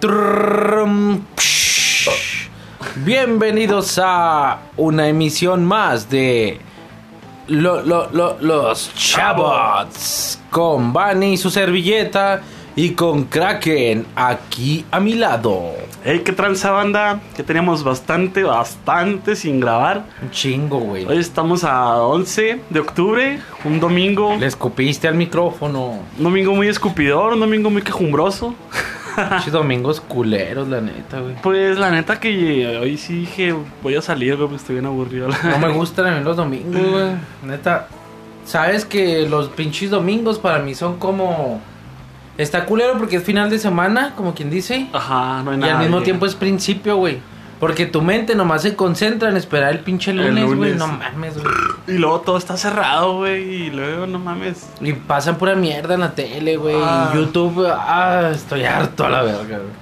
Trrrrum, psh. Bienvenidos a una emisión más de lo- lo- lo- Los Chabots con Bunny y su servilleta y con Kraken aquí a mi lado. Hey, qué tranza banda, que teníamos bastante, bastante sin grabar. Un chingo, güey. Hoy estamos a 11 de octubre, un domingo, Le escupiste al micrófono. un domingo muy escupidor, un domingo muy quejumbroso. Pinches domingos culeros, la neta, güey. Pues la neta que hoy sí dije, voy a salir, güey, porque estoy bien aburrido. No me gustan a mí los domingos, güey. Neta. Sabes que los pinches domingos para mí son como. Está culero porque es final de semana, como quien dice. Ajá, no hay y Ah, nada. al mismo tiempo es principio, güey. Porque tu mente nomás se concentra en esperar el pinche El lunes, güey. lunes. No mames, güey. Y luego todo está cerrado, güey, y luego no mames. Y pasan pura mierda en la tele, güey. y Ah. YouTube, ah, estoy harto a la verga, güey.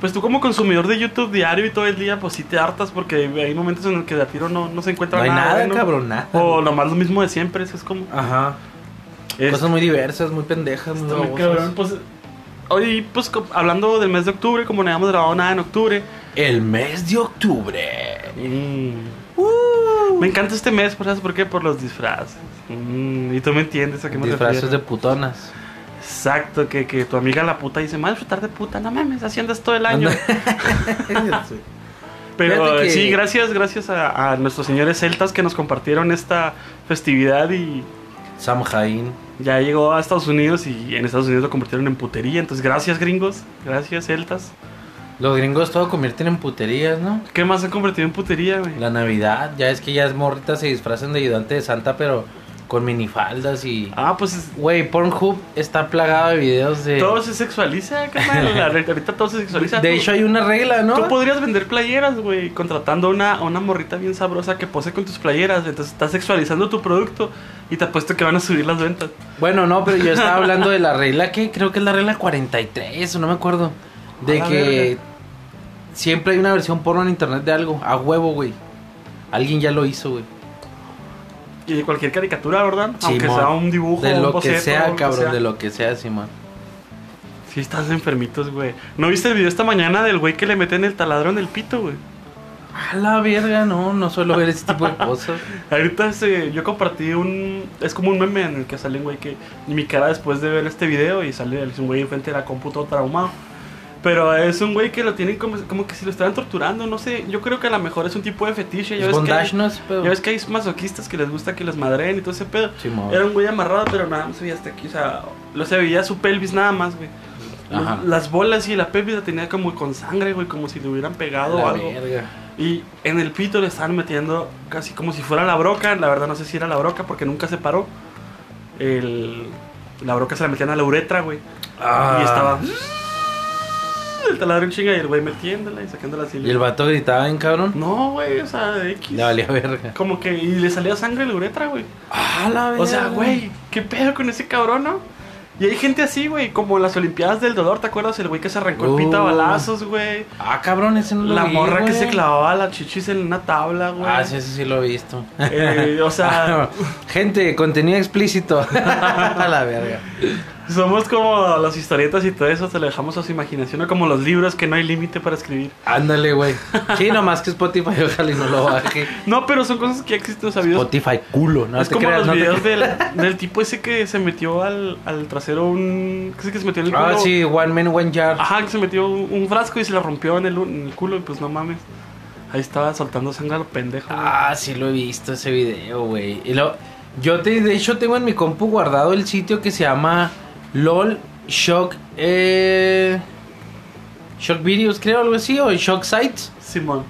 Pues tú como consumidor de YouTube diario y todo el día, pues sí te hartas porque hay momentos en los que de a tiro no, no se encuentra No hay nada, bueno. cabrón, nada. O nomás lo mismo de siempre, eso es como... Ajá. Es- Cosas muy diversas, muy pendejas, muy Está muy babosas. cabrón, pues, hoy, pues, co- hablando del mes de octubre, como no habíamos grabado nada en octubre. El mes de octubre. Mm. Me encanta este mes, por- ¿sabes por qué? Por los disfraces. Mm, y tú me entiendes a qué me Disfraces refiero. de putonas. Exacto, que, que tu amiga la puta dice, me voy a disfrutar de puta, no mames, así andas todo el año. Pero Fíjate que- sí, gracias, gracias a, a nuestros señores celtas que nos compartieron esta festividad y Samhain. ya llegó a Estados Unidos y en Estados Unidos lo convirtieron en putería. Entonces, gracias gringos, gracias celtas. Los gringos todo convierten en puterías, ¿no? ¿Qué más han convertido en putería, güey? La Navidad, ya es que ya es morritas se disfrazan de ayudante de Santa, pero con minifaldas y. Ah, pues es- Güey, Pornhub está plagado de videos de. Todo se sexualiza, carnal. La- Ahorita todo se sexualiza. de Tú- hecho, hay una regla, ¿no? Tú podrías vender playeras, güey, contratando a una, a una morrita bien sabrosa que pose con tus playeras. Entonces estás sexualizando tu producto y te apuesto que van a subir las ventas. Bueno, no, pero yo estaba hablando de la regla que creo que es la regla 43, o no me acuerdo. De A la que verga. siempre hay una versión porno en internet de algo, a huevo, güey. Alguien ya lo hizo, güey. Y de cualquier caricatura, ¿verdad? Aunque Simón. sea un dibujo, De un lo que boceto, sea, lo que cabrón, sea. de lo que sea, Simón. Sí, estás enfermitos, güey. ¿No viste el video esta mañana del güey que le meten el taladro en el pito, güey? A la verga, no, no suelo ver ese tipo de cosas. Ahorita se- yo compartí un. Es como un meme en el que sale un güey que. Mi cara después de ver este video y sale el- un güey enfrente de la compu todo traumado. Pero es un güey que lo tienen como, como que si lo estaban torturando, no sé. Yo creo que a lo mejor es un tipo de fetiche. Es Ya ves, que bondage, hay, ¿no? Ese pedo. ya ves que hay masoquistas que les gusta que les madreen y todo ese pedo. Sí, mo. Era un güey amarrado, pero nada, no se veía hasta aquí. O sea, lo se veía su pelvis nada más, güey. Ajá. Las bolas y la pelvis la tenía como con sangre, güey, como si le hubieran pegado o La algo. verga. Y en el pito le estaban metiendo casi como si fuera la broca. La verdad no sé si era la broca porque nunca se paró. El- la broca se la metían a la uretra, güey. Ah. Y estaba... El taladro en chinga y el güey metiéndola y sacándola así. Y el vato gritaba en cabrón. No, güey, o sea, de X. Le valía verga. Como que... Y le salía sangre de la uretra, güey. Ah, la O sea, güey, ¿qué pedo con ese cabrón, no? Y hay gente así, güey, como en las Olimpiadas del Dolor, ¿te acuerdas? El güey que se arrancó el pito a Uh. balazos, güey. Ah, cabrón, ese no lo La vi, morra que güey. se clavaba las chichis en una tabla, güey. Ah, sí, sí, sí lo he visto. Eh, o Ah, sea, Gente, contenido explícito. A la verga. somos como las historietas y todo eso, te lo dejamos a su imaginación, o como los libros que no hay límite para escribir. Ándale, güey. Sí, nomás que Spotify, ojalá y no lo baje. No, pero son cosas que ya existen, sabidos. Spotify, culo, ¿no? es te como creas, los no te videos creas. del, del tipo ese que se metió al, al trasero un... ¿Qué es que se metió en el culo? Ah, sí, One Man, One Jar. Ajá, que se metió un, un frasco y se la rompió en el, en el culo y pues no mames. Ahí estaba soltando sangre a lo pendejo. güey. Ah, sí lo he visto ese video, güey. Y lo- yo te, de hecho tengo en mi compu guardado el sitio que se llama LOL Shock eh, Shock Videos, creo, algo así, o Shock Sites. Simón.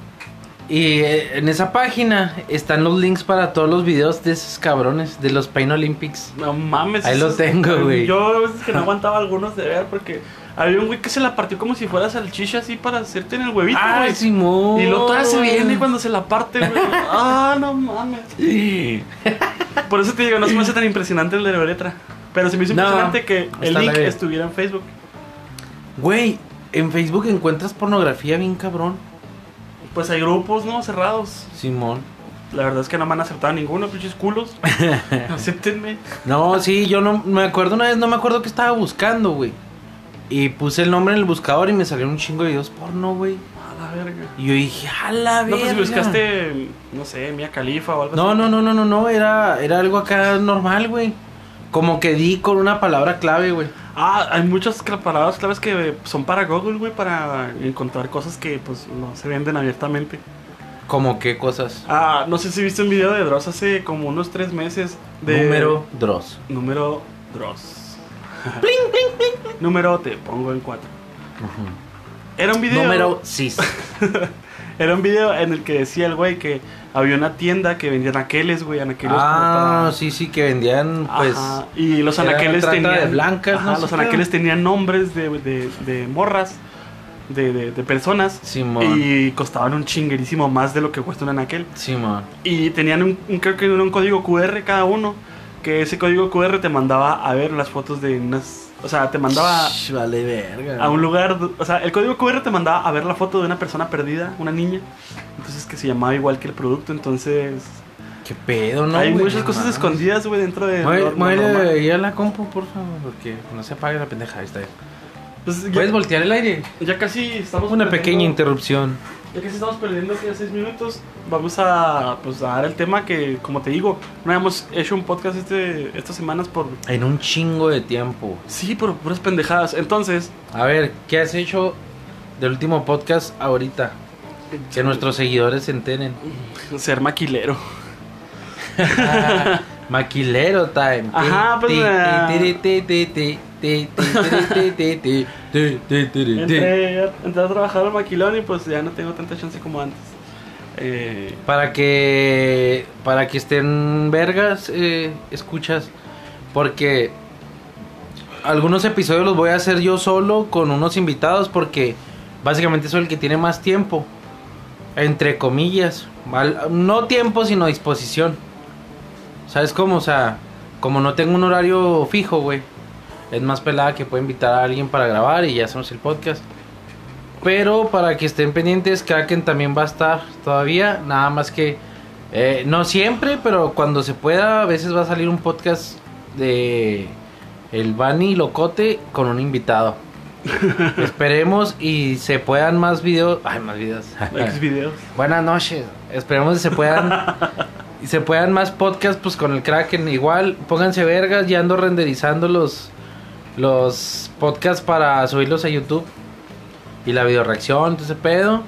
Y eh, en esa página están los links para todos los videos de esos cabrones, de los Pain Olympics. No mames. Ahí eso lo es- tengo, güey. Yo a veces que no aguantaba algunos de ver porque había un güey que se la partió como si fuera salchicha así para hacerte en el huevito, Ah, güey. Simón. Y luego todavía se viene cuando se la parte, güey. Ah, no mames. Por eso te digo, no se me hace tan impresionante el de la letra. Pero se me hizo No, impresionante que el está link leve. estuviera en Facebook. Güey, en Facebook encuentras pornografía bien cabrón. Pues hay grupos, ¿no? Cerrados. Simón. La verdad es que no me han aceptado ninguno, pinches culos. Acéptenme. No, sí, yo no me acuerdo una vez, no me acuerdo qué estaba buscando, güey. Y puse el nombre en el buscador y me salieron un chingo de videos porno, güey. A la verga. Y yo dije, a la verga. No, pues si buscaste, no sé, Mia Califa o algo No, así. no, no, no, no, no, era, era algo acá normal, güey. Como que di con una palabra clave, güey. Ah, hay muchas cla- palabras claves que son para Google, güey, para encontrar cosas que, pues, no se venden abiertamente. Como qué cosas. Ah, no sé si viste un video de Dross hace como unos tres meses de... Número Dross. Número Dross. Número te pongo en cuatro. Era un video... Número Cis. Era un video en el que decía el güey que había una tienda que vendía anaqueles, güey, anaqueles como ah, para- sí, sí, que vendían, pues. Ajá, y los era anaqueles trata de tenían blancas, ajá, ¿no? los Sí, claro. anaqueles tenían nombres de, de- de morras de, de- de personas Simón. y costaban un chinguerísimo más de lo que cuesta un anaquel Simón. y tenían un, un- creo que un código QR cada uno que ese código QR te mandaba a ver las fotos de unas o sea te mandaba Shh, Vale, verga. a un güey. lugar do- o sea el código QR te mandaba a ver la foto de una persona perdida una niña entonces que se llamaba igual que el producto entonces Qué pedo, ¿no? hay güey? muchas No cosas mames. escondidas güey dentro de Mueve- lo- lo normal. Muévele ya la compu, por favor, porque no se apague la pendeja. Ahí está. Pues, ya- ¿Puedes voltear el aire? Ya casi estamos Una pequeña perdiendo- interrupción. Ya casi estamos perdiendo ya 6 minutos. Vamos a, pues, a dar el tema que, como te digo, no habíamos hecho un podcast este, estas semanas por. En un chingo de tiempo. Sí, por puras pendejadas. Entonces. A ver, ¿qué has hecho del último podcast ahorita? Que nuestros seguidores se enteren. Ser maquilero. Ah, Maquilero time. Ajá, pues, Ti, ah. ti, ti, ti, ti, ti, ti, ti, ti, ti, ti, ti, ti, ti, ti, ti. Entré, a- entré a trabajar al maquilón y pues ya no tengo tanta chance como antes. Eh, Para que para que estén vergas, eh, escuchas, porque algunos episodios los voy a hacer yo solo con unos invitados porque básicamente soy el que tiene más tiempo, entre comillas, Mal- no tiempo sino disposición. ¿Sabes cómo? O sea, como no tengo un horario fijo, güey, es más pelada que puedo invitar a alguien para grabar y ya hacemos el podcast. Pero para que estén pendientes, Kraken también va a estar todavía. Nada más que eh, no siempre, pero cuando se pueda, a veces va a salir un podcast de el Bani Locote con un invitado. Esperemos y se puedan más videos. Ay, más videos. X videos. Buenas noches. Esperemos que se puedan y se puedan más podcasts pues con el Kraken igual. Pónganse vergas, ya ando renderizando los los podcasts para subirlos a YouTube y la videoreacción, todo ese pedo,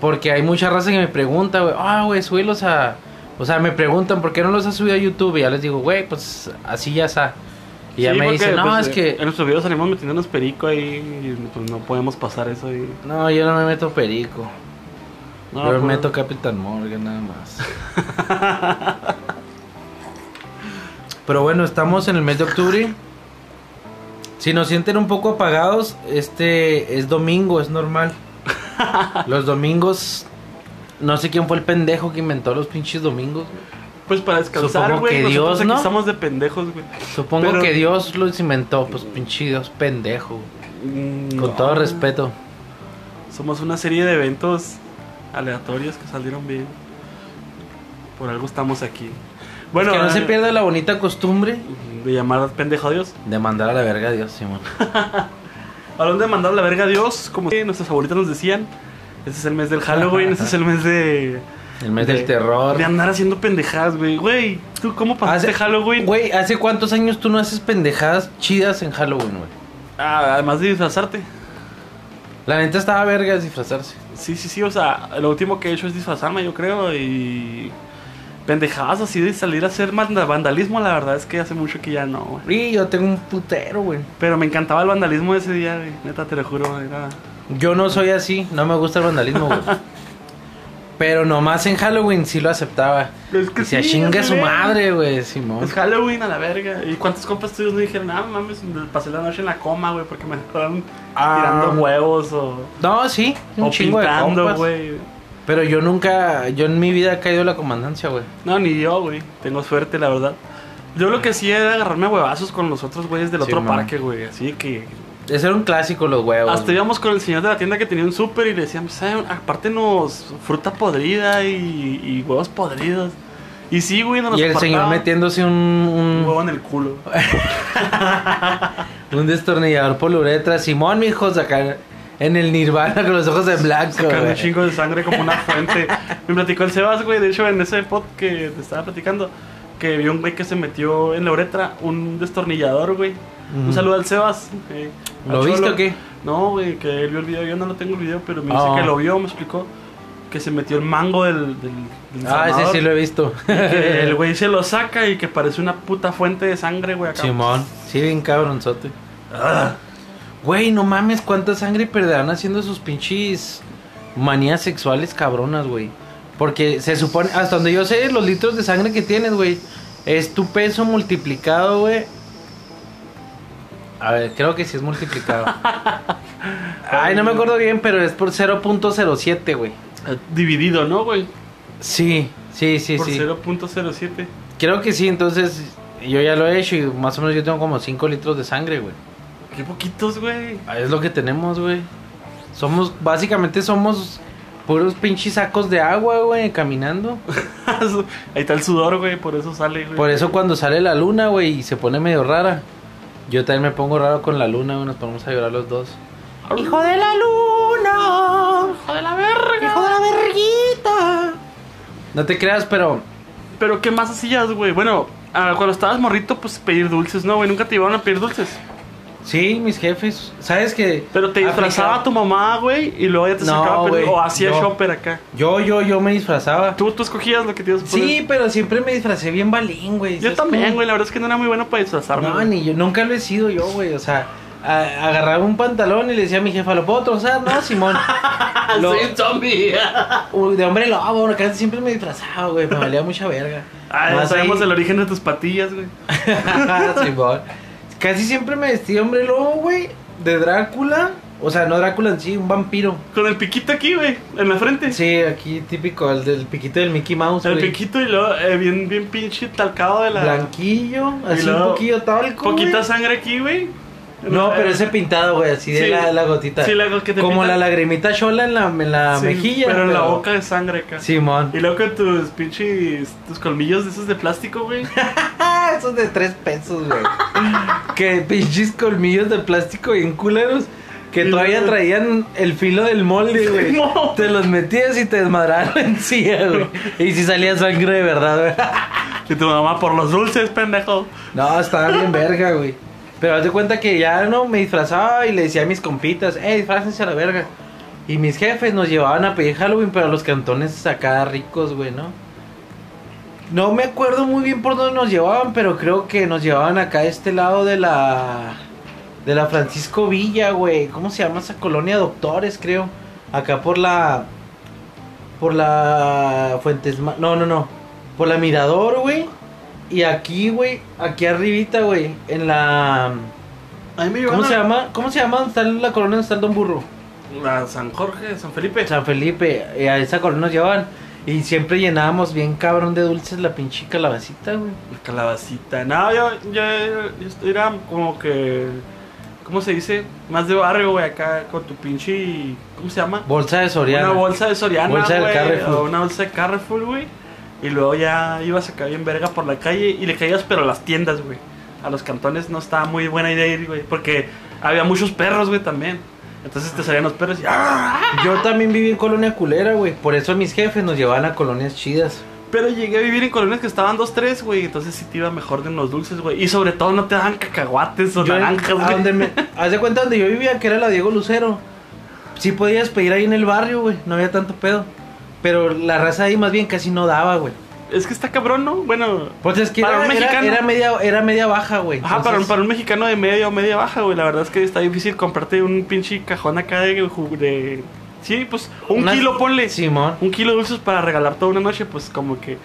porque hay mucha raza que me pregunta, güey, ah, güey, súbelos a o sea, me preguntan por qué no los has subido a YouTube y ya les digo, güey, pues así ya está. Y ya Sí, me porque, dicen, "No, pues, es eh, que En nuestros videos salimos metiendo unos perico ahí y pues no podemos pasar eso ahí. no, yo no me meto perico." No, Yo pues, me meto Capitán Morgan nada más. Pero bueno, estamos en el mes de octubre. Si nos sienten un poco apagados, este es domingo, es normal. Los domingos, no sé quién fue el pendejo que inventó los pinches domingos. Pues para descansar, Supongo güey. que Nosotros Dios, aquí ¿no? estamos de pendejos, güey. Supongo Pero- que Dios los inventó, pues pinche Dios pendejo. Mm, Con no. todo respeto. Somos una serie de eventos aleatorios que salieron bien. Por algo estamos aquí. Bueno, que no se eh, pierda la bonita costumbre de llamar pendejo a Dios. de mandar a la verga a Dios, Simón. ¿A dónde mandar la verga a Dios? Como que nuestras abuelitas nos decían. Este es el mes del Halloween, este es el mes de. El mes de- del terror. De andar haciendo pendejadas, güey. Güey, ¿tú cómo pasaste Hace- Halloween? Güey, ¿hace cuántos años tú no haces pendejadas chidas en Halloween, güey? Ah, además de disfrazarte. La neta estaba verga disfrazarse. Sí, sí, sí, o sea, lo último que he hecho es disfrazarme, yo creo, y pendejadas así de salir a hacer manda- vandalismo, la verdad es que hace mucho que ya no, güey. Y yo tengo un putero, güey. Pero me encantaba el vandalismo ese día, güey, neta, te lo juro, era... Yo no soy así, no me gusta el vandalismo, güey. Pero nomás en Halloween sí lo aceptaba. Es Y se chinga su madre, güey, Simón. Es Halloween a la verga. ¿Y cuántos compas tuyos no dijeron, ah, mames, me pasé la noche en la coma, güey, porque me estaban Ah. tirando huevos o, No, sí, un o chingo de pintando, compas. güey? Pero yo nunca, yo en mi vida he caído a la comandancia, güey. No, ni yo, güey, tengo suerte, la verdad. Yo lo que sí era agarrarme a huevazos con los otros güeyes del Sí, otro man. parque, güey, así que Ese era un clásico, los huevos. Hasta güey. íbamos con el señor de la tienda que tenía un súper y le decíamos, "Sabe, apártenos fruta podrida y, y huevos podridos. Y sí, güey, no nos Y el señor apartaba. metiéndose un, Un un, huevo en el culo. un destornillador por la uretra. Simón, mijo, sacar en el nirvana con los ojos de blanco. Sacar un güey. chingo de sangre como una fuente. Me platicó el Sebas, güey. De hecho, en ese pod que te estaba platicando, que vio un güey que se metió en la uretra un destornillador, güey. Ujú. Un saludo al Sebas. eh, al ¿Lo viste Cholo. o qué? No, güey, que él vio el video. Yo no lo tengo el video, pero me Ah. dice que lo vio, me explicó. Que se metió el mango del. del, del Ah, ese desarmador, sí lo he visto. y que el güey se lo saca y que parece una puta fuente de sangre, güey. Acá. Simón, sí, bien cabronzote. Güey, no mames, cuánta sangre perderán haciendo sus pinches manías sexuales cabronas, güey. Porque se supone, hasta donde yo sé, los litros de sangre que tienes, güey, es tu peso multiplicado, güey. A ver, creo que sí es multiplicado. Ay, no me acuerdo bien, pero es por 0.07, güey. Eh, Dividido, ¿no, güey? Sí, sí, sí, Por sí. 0.07. Creo que sí, entonces yo ya lo he hecho y más o menos yo tengo como 5 litros de sangre, güey. Qué poquitos, güey. Ah, Es lo que tenemos, güey. Somos, básicamente somos puros pinches sacos de agua, güey, caminando. Ahí está el sudor, güey, por eso sale, güey. Por eso cuando sale la luna, güey, y se pone medio rara. Yo también me pongo raro con la luna, güey, nos ponemos a llorar los dos. Arr. ¡Hijo de la luna! ¡Hijo de la verga! ¡Hijo de la verguita! No te creas, pero Pero ¿qué más hacías, güey? Bueno, ah, cuando estabas morrito, pues pedir dulces, ¿no, güey? Nunca te iban a pedir dulces. sí, mis jefes, ¿sabes que Pero te disfrazaba tu mamá, güey, y luego ya te No, sacaba a pedir- güey, O hacía no. shopper acá. Yo, yo, yo me disfrazaba. Tú, tú escogías lo que te ibas a poner. Sí, pero siempre me disfracé bien balín, güey. Yo ¿sabes también, cómo? güey. La verdad es que no era muy bueno para disfrazarme. No, güey. ni yo, nunca lo he sido yo, güey. O sea, a- agarraba un pantalón y le decía a mi jefa, ¿lo puedo trozar? No, Simón. Lo- Ah, Soy un zombie. Ah, Uy, de hombre lobo, casi siempre me disfrazaba, güey. Me valía mucha verga. Ah, ya Más sabemos ahí- el origen de tus patillas, güey. Simón. Casi siempre me vestí de hombre lobo, güey. De Drácula. O sea, no Drácula en sí, un vampiro. Con el piquito aquí, güey, en la frente. Sí, aquí típico, el del piquito del Mickey Mouse, El güey. piquito y luego eh, bien, bien pinche talcado de la. Blanquillo, así un luego- poquillo talco, güey. Poquita sangre aquí, güey. No, pero ese pintado, güey, así de Ah. Sí. la, la gotita. Sí, la que te Como pinta- la lagrimita chola en la, en la Sí, mejilla. Pero en la boca de sangre acá. Simón. Y luego con tus pinches. tus colmillos de esos de plástico, güey. Ah, esos de tres pesos, güey. que pinches colmillos de plástico bien culeros. Que Y todavía luego- traían el filo del molde, güey. No. Te los metías y te desmadraron la encía, güey. Y si salía sangre de verdad, güey. Y tu mamá por los dulces, pendejo. No, estaba bien verga, güey. Pero haz de cuenta que ya no me disfrazaba y le decía a mis compitas, eh, disfrácense a la verga. Y mis jefes nos llevaban a pedir Halloween, pero a los cantones acá ricos, güey, ¿no? No me acuerdo muy bien por dónde nos llevaban, pero creo que nos llevaban acá a este lado de la. de la Francisco Villa, güey. ¿Cómo se llama esa colonia? Doctores, creo. Acá por la. por la. Fuentes. Ma- No, no, no. Por la Mirador, güey. Y aquí, güey, aquí arribita, güey, en la... Ahí me ¿Cómo se llama? ¿Cómo se llama? ¿Dónde está la colonia donde está el Don Burro? A San Jorge, San Felipe. San Felipe, eh, a esa colonia nos llevaban. Y siempre llenábamos bien cabrón de dulces la pinche calabacita, güey. Calabacita. No, yo, yo, yo era como que. ¿Cómo se dice? Más de barrio, güey, acá con tu pinche. ¿Cómo se llama? Bolsa de Soriana. Una bolsa de Soriana, Bolsa del güey, Carrefour. o una bolsa de Carrefour, güey. Y luego ya ibas acá bien verga por la calle y le caías, pero a las tiendas, güey. A los cantones no estaba muy buena idea ir, güey. Porque había muchos perros, güey, también. Entonces te salían los perros y... ¡ah! Yo también viví en colonia culera, güey. Por eso mis jefes nos llevaban a colonias chidas. Pero llegué a vivir en colonias que estaban dos, tres, güey. Entonces sí te iba mejor de los dulces, güey. Y sobre todo no te daban cacahuates o Yo- naranjas, a donde güey. me- haz de cuenta donde yo vivía, que era la Diego Lucero. Sí podías pedir ahí en el barrio, güey. No había tanto pedo. Pero la raza ahí más bien casi no daba, güey. Es que está cabrón, ¿no? Bueno... Pues es que Para era, un era- mexicano. era media, era media baja, güey. Ajá, para, un- para un mexicano de media o media baja, güey, la verdad es que está difícil comprarte un pinche cajón acá de... ju- de- sí, pues un Unas- kilo ponle. Simón. Un kilo de dulces para regalar toda una noche, pues como que...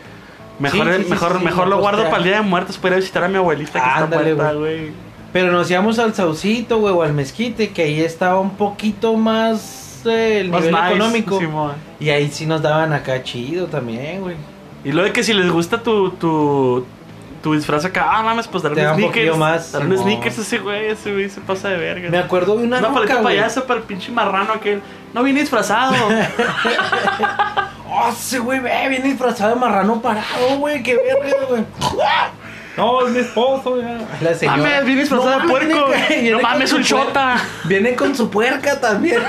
Mejor, Sí, sí, sí, mejor, sí, mejor lo costea. guardo para el Día de Muertos para ir a visitar a mi abuelita que Ándale, está muerta, güey. Pero nos íbamos al Saucito, güey, o al Mezquite, que ahí estaba un poquito más eh, el Más nivel nice, económico. Simón. Y ahí sí nos daban acá chido también, güey. Y lo de que si les gusta tu... tu tu disfraz acá, ah, mames, pues darle Te da un un sneakers. poquillo más, darle un Simón. sneakers a ese güey, ese güey se pasa de verga. Me acuerdo de una, una roca, paleta güey. payasa para el pinche marrano aquel. No viene disfrazado. ¡Ah, Oh, ese güey, ve, viene disfrazado de marrano parado, güey. Qué verga, güey. No, es mi esposo, ya. La señora. Mames, viene disfrazada de puerco. viene- viene No con mames, su un puer- chota. Viene con su puerca también.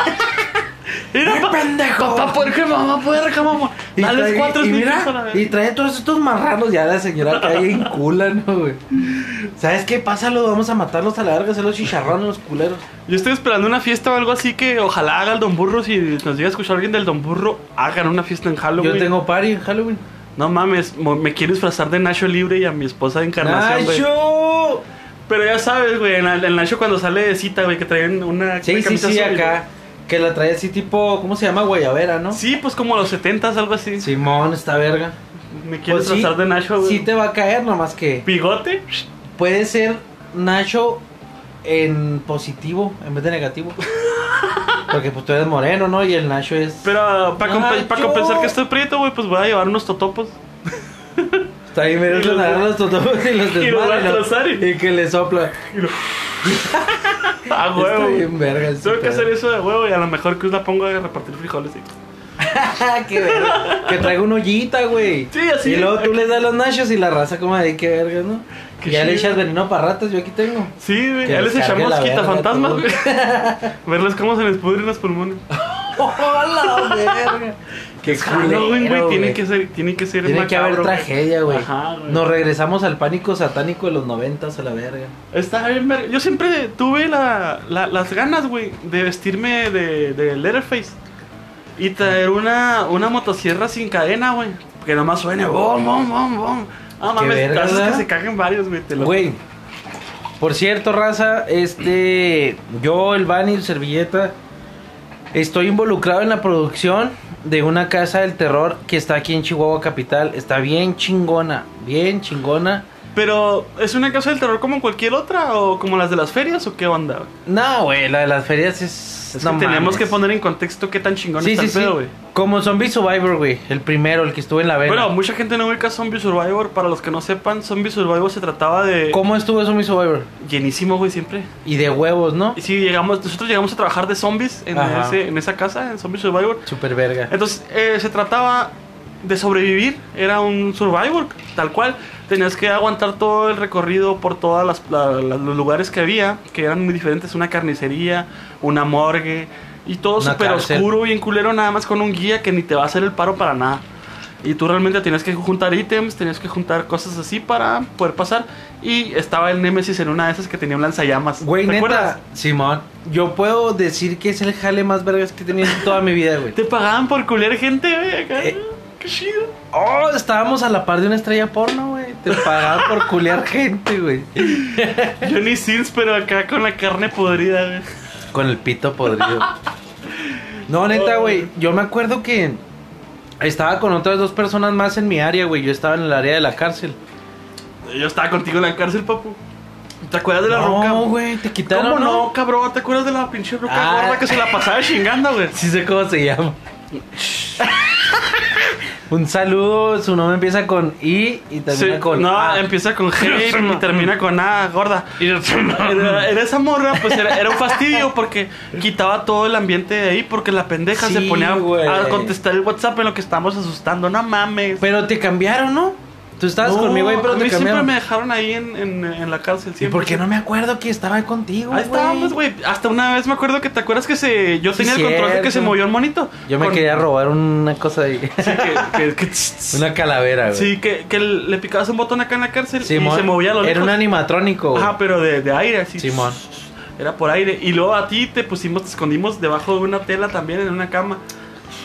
Mira, ¡Qué pendejo! Papá puerca, mamá puerca, mamá. Y Dale trae- cuatro y sneakers mira, a la vez. y trae todos estos marranos ya la señora cae en cula, ¿no, güey? ¿Sabes qué? Pásalo, vamos a matarlos a la verga, hacer los chicharrones los culeros. Yo estoy esperando una fiesta o algo así que ojalá haga el Don Burro. Si nos llega a escuchar alguien del Don Burro, hagan una fiesta en Halloween. Yo tengo party en Halloween. No mames, mo- me quiero disfrazar de Nacho Libre y a mi esposa de Encarnación, güey. ¡Nacho! Pero ya sabes, güey, en el el Nacho cuando sale de cita, güey, que traen una, Sí, una sí, sí, azul, acá. Que la trae así tipo, ¿cómo se llama? Guayabera, ¿no? güey. Sí, pues como a los 70 algo así. Simón, esta verga. Me quiero Pues sí, disfrazar de Nacho, güey. Sí te va a caer, nomás que ¿Bigote? puede ser Nacho en positivo en vez de negativo. Porque pues tú eres moreno, ¿no? Y el Nacho es... Pero Ah, para Nacho. compensar que estoy prieto, güey, pues voy a llevar unos totopos. Está ahí, mira, Y los los- agarra los totopos y los y los desmadra. va a trozar y- y que le sopla. A Está Ah, huevo. bien verga. ese Tengo que pedo. hacer eso de huevo y a lo mejor Cruz la pongo a repartir frijoles. sí. Qué verga. Que traiga una ollita, güey. Sí, así. Y luego tú les das los nachos y la raza como de qué verga, ¿no? Qué ya le chido. echas veneno para ratas, yo aquí tengo. Sí, güey. Que Ya les les cargue echamos la verga quitafantasmas, todo. güey. Verles cómo se les pudren los pulmones. Oh, ¡Hola, verga! Qué culero, Halloween, güey, tiene güey. que ser, tiene que ser Tiene que haber macabro, güey. tragedia, güey. Ajá, güey. Nos regresamos al pánico satánico de los noventas a la verga. Está bien, verga. Yo siempre tuve la, la- las ganas, güey, de vestirme de, de Leatherface. Y traer una, una motosierra sin cadena, güey. Que nomás suene, bom, bom, bom, bom. Ah, Qué mames, verga, haces que ¿verdad? se caguen varios, güey. te lo- Güey. Por cierto, raza, este. Yo, el Bani, el Servilleta. Estoy involucrado en la producción de una casa del terror que está aquí en Chihuahua Capital. Está bien chingona, bien chingona. Pero, ¿es una casa del terror como cualquier otra? ¿O como las de las ferias? ¿O qué onda? güey? No, güey, la de las ferias es. Es no que tenemos mames. que poner en contexto qué tan chingón Sí, está sí, el sí. pedo, güey. Como Zombie Survivor, güey. El primero, el que estuvo en la vena. Bueno, mucha gente no ubica Zombie Survivor. Para los que no sepan, Zombie Survivor se trataba de... ¿Cómo estuvo Zombie Survivor? Llenísimo, güey, siempre. Y de huevos, ¿no? Y sí, llegamos, nosotros llegamos a trabajar de zombies en, Ajá. ese- en esa casa, en Zombie Survivor. Super verga. Entonces, eh, se trataba de sobrevivir. Era un Survivor, tal cual. Tenías que aguantar todo el recorrido por todos los lugares que había, que eran muy diferentes. Una carnicería, una morgue, y todo Una súper cárcel. oscuro y en culero, nada más con un guía que ni te va a hacer el paro para nada. Y tú realmente tenías que juntar ítems, tenías que juntar cosas así para poder pasar. Y estaba el Nemesis en una de esas que tenía un lanzallamas. Güey, ¿Te neta, acuerdas? Simón, yo puedo decir que es el jale más vergas que he tenido en toda mi vida, güey. Te pagaban por culiar gente, güey, acá. Eh. Qué chido. Oh, estábamos a la par de una estrella porno, güey. Te pagaban por culear gente, güey. Johnny Sins, pero acá con la carne podrida, güey. Con el pito podrido. No, neta, güey. Yo me acuerdo que estaba con otras dos personas más en mi área, güey. Yo estaba en el área de la cárcel. Yo estaba contigo en la cárcel, papu. ¿Te acuerdas de la roca? No, güey, te quitaron. ¿Cómo no, cabrón? ¿Te acuerdas de la pinche roca Ah. gorda que se la pasaba chingando, güey? Sí sé cómo se llama. Un saludo, su nombre empieza con I y termina Sí, con no, A. empieza con G y termina con A, gorda. Era, era esa morra, pues era, era un fastidio porque quitaba todo el ambiente de ahí porque la pendeja se Sí, ponía güey. a contestar el WhatsApp en lo que estábamos asustando. No mames. Pero te cambiaron, ¿no? Tú estabas No, conmigo ahí, pero a te mí siempre cambiaron. me dejaron ahí en, en- en la cárcel. ¿Y Siempre. por qué no me acuerdo que estaba contigo? Ahí estábamos, güey. Hasta una vez me acuerdo que te acuerdas que se. Yo tenía el control de que cierto. se movió el monito. Yo me Con- quería robar una cosa ahí. Sí, que, que- que- sí, una calavera, güey. que- que le picabas un botón acá en la cárcel Simón, y se movía a lo Era lejos. un animatrónico, güey. Ajá, pero de, de aire, así. Simón. Era por aire. Y luego a ti te pusimos, te escondimos debajo de una tela también en una cama.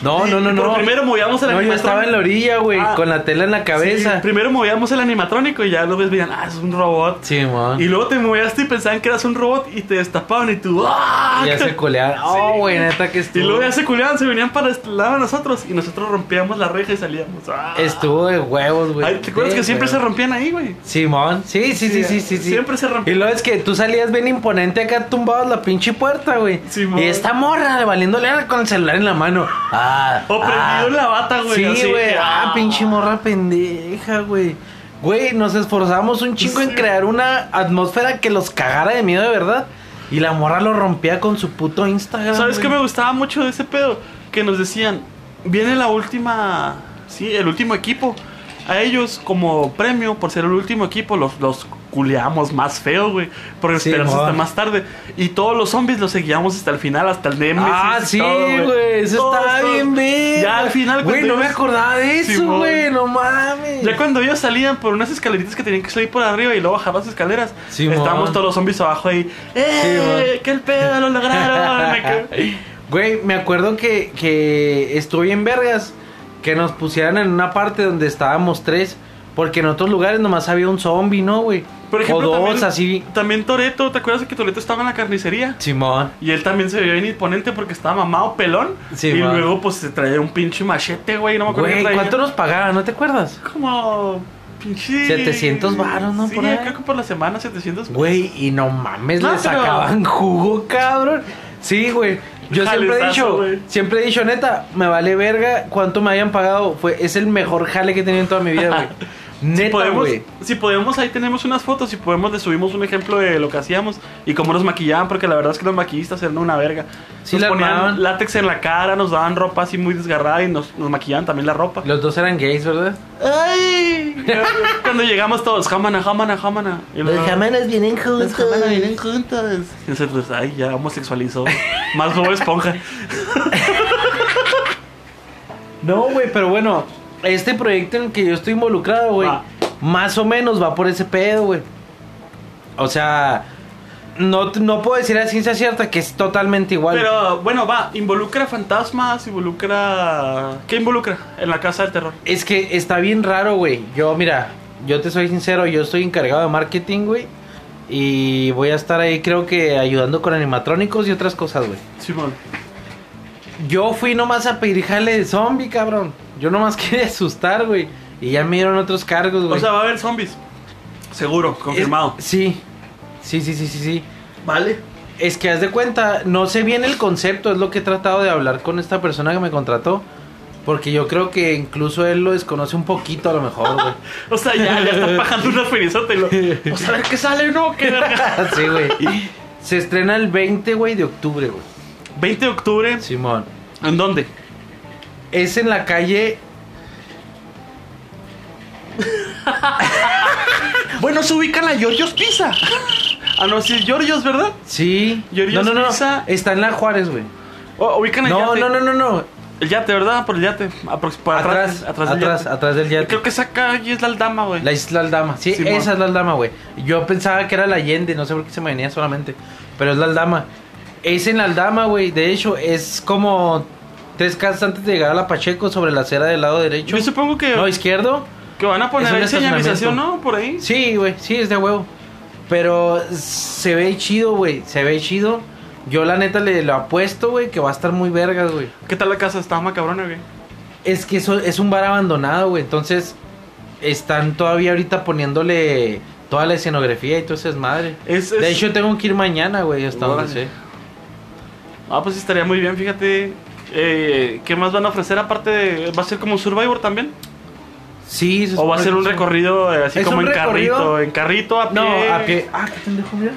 No, no, no, Y- y por no. Primero movíamos el No, yo animatrónico. estaba en la orilla, güey, Ah. con la tela en la cabeza. Sí, primero movíamos el animatrónico y ya luego veían, ah, es un robot. Simón. Y luego te movíaste y pensaban que eras un robot y te destapaban y tú, ¡ah! Y ya se colearon. Oh, güey, neta que Y estuvo. luego ya se culiaban, se venían para este lado de nosotros y nosotros rompíamos la reja y salíamos. ¡Ah! Estuvo de huevos, güey. Ay, ¿Te acuerdas De que siempre se huevos. rompían ahí, güey? Simón, sí, sí, sí, sí, sí, sí. Siempre se rompía. Y luego es que tú salías bien imponente acá tumbado en la pinche puerta, güey. Simón. Y esta morra valiéndole a- con el celular en la mano. Ah. O prendido ah. en la bata, güey. así Sí, que, güey. Ah, pinche morra pendeja, güey. Güey, nos esforzamos un chingo en Sí. crear una atmósfera que los cagara de miedo de verdad. Y la morra lo rompía con su puto Instagram. ¿Sabes Ah, güey. qué me gustaba mucho de ese pedo? Que nos decían, viene la última. Sí, el último equipo. A ellos, como premio por ser el último equipo, los, los culeamos más feo, güey. Por Sí, esperarse mo. hasta más tarde. Y todos los zombies los seguíamos hasta el final, hasta el Nemesis. Ah, y sí, todo, güey. Eso Todo estaba eso. bien, bien. Ya al final, Güey, cuando no me ellos- acordaba de eso, Simón. güey. No mames. Ya cuando ellos salían por unas escaleritas que tenían que salir por arriba y luego bajar las escaleras, Sí, estábamos mon. todos los zombies abajo ahí. Sí, ¡Eh! ¡Qué el pedo! ¡Lo lograron! Güey, me acuerdo que, que estuve en Vergas. Que nos pusieran en una parte donde estábamos tres. Porque en otros lugares nomás había un zombie, ¿no, güey? Por ejemplo, o dos, también, así. También Toreto, ¿te acuerdas que Toreto estaba en la carnicería? Simón. Y él también se veía bien imponente porque estaba mamado, pelón. Sí, y mon. luego pues se traía un pinche machete, güey. No me acuerdo Güey, qué traía. ¿cuánto nos pagaban? ¿No te acuerdas? Como... Pinche... 700 varos, ¿no? Sí, Por ahí. creo que por la semana 700 Güey, y no mames, No, le pero- sacaban jugo, cabrón. Sí, güey. Yo siempre he Jalezazo, dicho, güey. siempre he dicho, neta, me vale verga cuánto me hayan pagado. Fue, es el mejor jale que he tenido en toda mi vida, güey. Neta, podemos, güey. si podemos, ahí tenemos unas fotos. Si podemos, le subimos un ejemplo de lo que hacíamos y cómo nos maquillaban, porque la verdad es que los maquillistas eran una verga. Sí, nos la ponían armaban. látex en la cara, nos daban ropa así muy desgarrada y nos, nos maquillaban también la ropa. Los dos eran gays, ¿verdad? ¡Ay! Cuando llegamos todos, jamana, jamana, jamana. Y vienen luego, "Las jamanas vienen juntas. Y nosotros, ay, ya homosexualizó. Más Bob Esponja. No, güey, pero bueno, este proyecto en el que yo estoy involucrado, güey, Va. más o menos va por ese pedo, güey. O sea, no, no puedo decir a ciencia cierta que es totalmente igual. Pero bueno, va, involucra fantasmas, involucra. ¿Qué involucra? En la casa del terror. Es que está bien raro, güey. Yo, mira, yo te soy sincero, yo estoy encargado de marketing, güey. Y voy a estar ahí, creo que ayudando con animatrónicos y otras cosas, güey. Simón. Yo fui nomás a pedir jale de zombie, cabrón. Yo nomás quería asustar, güey. Y ya me dieron otros cargos, güey. O sea, va a haber zombies. Seguro, confirmado. Es- sí. Sí, sí, sí, sí, sí. Vale. Es que haz de cuenta, no sé bien el concepto, es lo que he tratado de hablar con esta persona que me contrató. Porque yo creo que incluso él lo desconoce un poquito a lo mejor, güey. O sea, ya le están pagando una ferizota y lo. Pues a ver qué sale, ¿no? ¿Qué verga? sí, güey. Se estrena el 20, güey, de octubre, güey. 20 de octubre. Simón. ¿En dónde? Es en la calle. Bueno, se ubican a Giorgios Pisa. Ah, no, sí, es Giorgios, ¿verdad? Sí. Yurios No, no, no. Pizza. Está en la Juárez, güey. O- ubican el No, yate. no, no, no, no. El yate, ¿verdad? Por el yate. Aprox- por Atrás, atrás, atrás, del atrás, yate. del yate. Creo que esa calle es la Aldama, güey. La isla Aldama. Sí, Simón. esa es la Aldama, güey. Yo pensaba que era la Allende, no sé por qué se me venía solamente. Pero es la Aldama. Es en la Aldama, güey. De hecho, es como tres casas antes de llegar a la Pacheco sobre la acera del lado derecho. Yo supongo que, No, izquierdo. que van a es poner un ahí señalización, estacionamiento. ¿no? Por ahí. Sí, güey, sí, es de huevo. Pero se ve chido, güey, se ve chido. Yo la neta le lo apuesto, güey, que va a estar muy vergas, güey. ¿Qué tal la casa? Está macabrona, güey. Es que eso es un bar abandonado, güey. Entonces están todavía ahorita poniéndole toda la escenografía y todo ese madre. Es, es- De hecho, tengo que ir mañana, güey, hasta donde Órale. sé. Ah, pues estaría muy bien, fíjate. Eh, ¿Qué más van a ofrecer aparte de... ¿Va a ser como un Survivor también? Sí, se ¿O va a supone ser que un sí. recorrido eh, así ¿Es como un en recorrido? carrito? En carrito, a pie. No, a pie. Ah, qué pendejo, mira.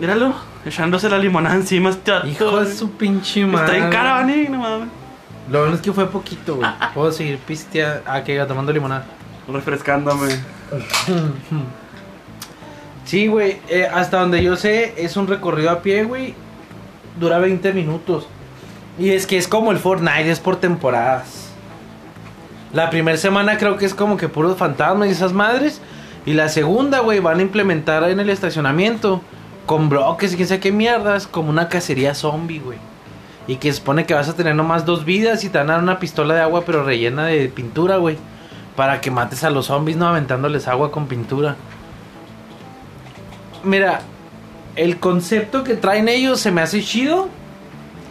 Míralo, echándose la limonada encima. Este vato, Hijo de güey. su pinche madre. Está en cara, Vani, no mames. Lo bueno es que fue poquito, güey. Puedo seguir pistea. Ah, que tomando limonada. Refrescándome. Sí, güey, eh, hasta donde yo sé es un recorrido a pie, güey. Dura 20 minutos. Y es que es como el Fortnite, es por temporadas. La primera semana creo que es como que puros fantasmas y esas madres. Y la segunda, güey, van a implementar en el estacionamiento con bloques y quién sabe qué mierdas, como una cacería zombie, güey. Y que supone que vas a tener nomás dos vidas y te van a dar una pistola de agua pero rellena de pintura, güey. Para que mates a los zombies no aventándoles agua con pintura. Mira, el concepto que traen ellos se me hace chido.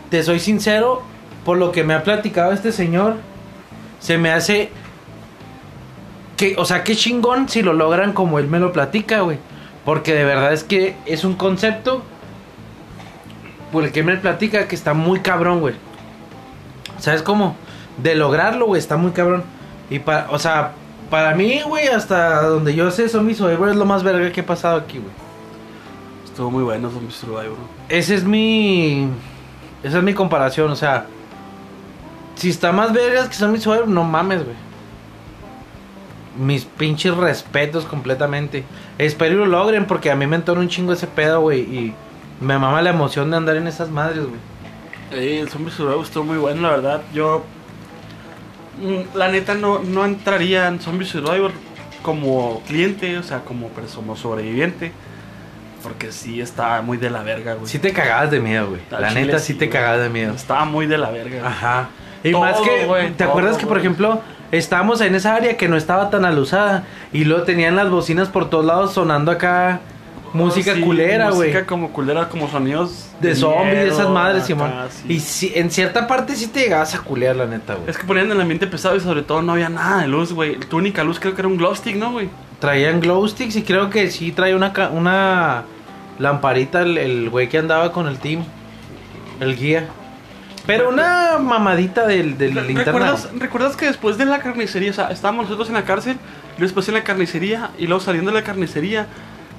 Te soy sincero, por lo que me ha platicado este señor, se me hace que, o sea, qué chingón si lo logran como él me lo platica, güey. Porque de verdad es que es un concepto por el que me platica que está muy cabrón, güey. ¿Sabes cómo? De lograrlo, güey, está muy cabrón. Y para, o sea, para mí, güey, hasta donde yo sé, Zombie Survivor es lo más verga que ha pasado aquí, güey. Estuvo muy bueno Zombie Survivor. Ese es mi. Esa es mi comparación, o sea. Si está más vergas que son mis suegros, no mames, güey. Mis pinches respetos completamente. Espero y lo logren porque a mí me entona un chingo ese pedo, güey. Y me mama la emoción de andar en esas madres, güey. Eh, el Zombie Survival estuvo muy bueno, la verdad. Yo. mm, La neta no, no entraría en Zombie Survivor como cliente, o sea, como persona sobreviviente. Porque sí está muy de la verga, güey. Sí te cagabas de miedo, güey. Al La chile neta sí te güey. cagabas de miedo. Estaba muy de la verga. güey. Ajá. Y Todo, más que, güey, ¿te todo, acuerdas que, por güey. ejemplo, estábamos en esa área que no estaba tan alusada y luego tenían las bocinas por todos lados sonando acá música Ah, Sí, culera, güey? Música como culera, como sonidos. De zombies, de esas miedo, madres, acá, Simón. sí. Y sí, en cierta parte sí te llegabas a culear, la neta, güey. Es que ponían el ambiente pesado y sobre todo no había nada de luz, güey. Tu única luz creo que era un glow stick, ¿no, güey? Traían glow sticks y creo que sí traía una, ca- una lamparita el- el güey que andaba con el team, el guía. Pero una mamadita del, del Re- linterna. ¿Recuerdas, ¿Recuerdas que después de la carnicería, o sea, estábamos nosotros en la cárcel, y después en la carnicería y luego saliendo de la carnicería?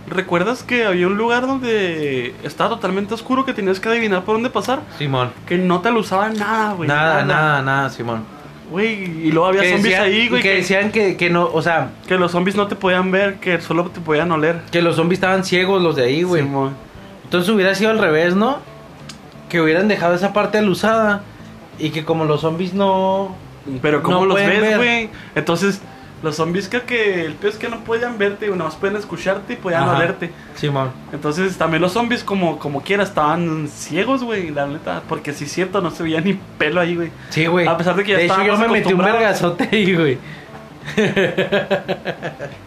¿Recuerdas que había un lugar donde estaba totalmente oscuro que tenías que adivinar por dónde pasar? Simón. Que no te alusaban nada, güey. nada, nada, nada, Simón. Güey, y luego había que zombies decían, ahí, güey. que Que, decían que, que no, o sea, que los zombies no te podían ver, que solo te podían oler. que los zombies estaban ciegos los de ahí, güey. Simón. Entonces hubiera sido al revés, ¿no? Que hubieran dejado esa parte alusada y que como los zombies no... Pero ¿cómo No los pueden ves, ver. güey? Entonces, los zombies creo que el peor es que no podían verte, güey, nada más pueden escucharte y podían Ajá. olerte. Simón. Entonces, también los zombies, como, como quiera, estaban ciegos, güey, la neta. Porque si es cierto, no se veía ni pelo ahí, güey. Sí, güey. A pesar de que ya De hecho, yo estábamos me metí un acostumbrados. vergazote ahí, güey.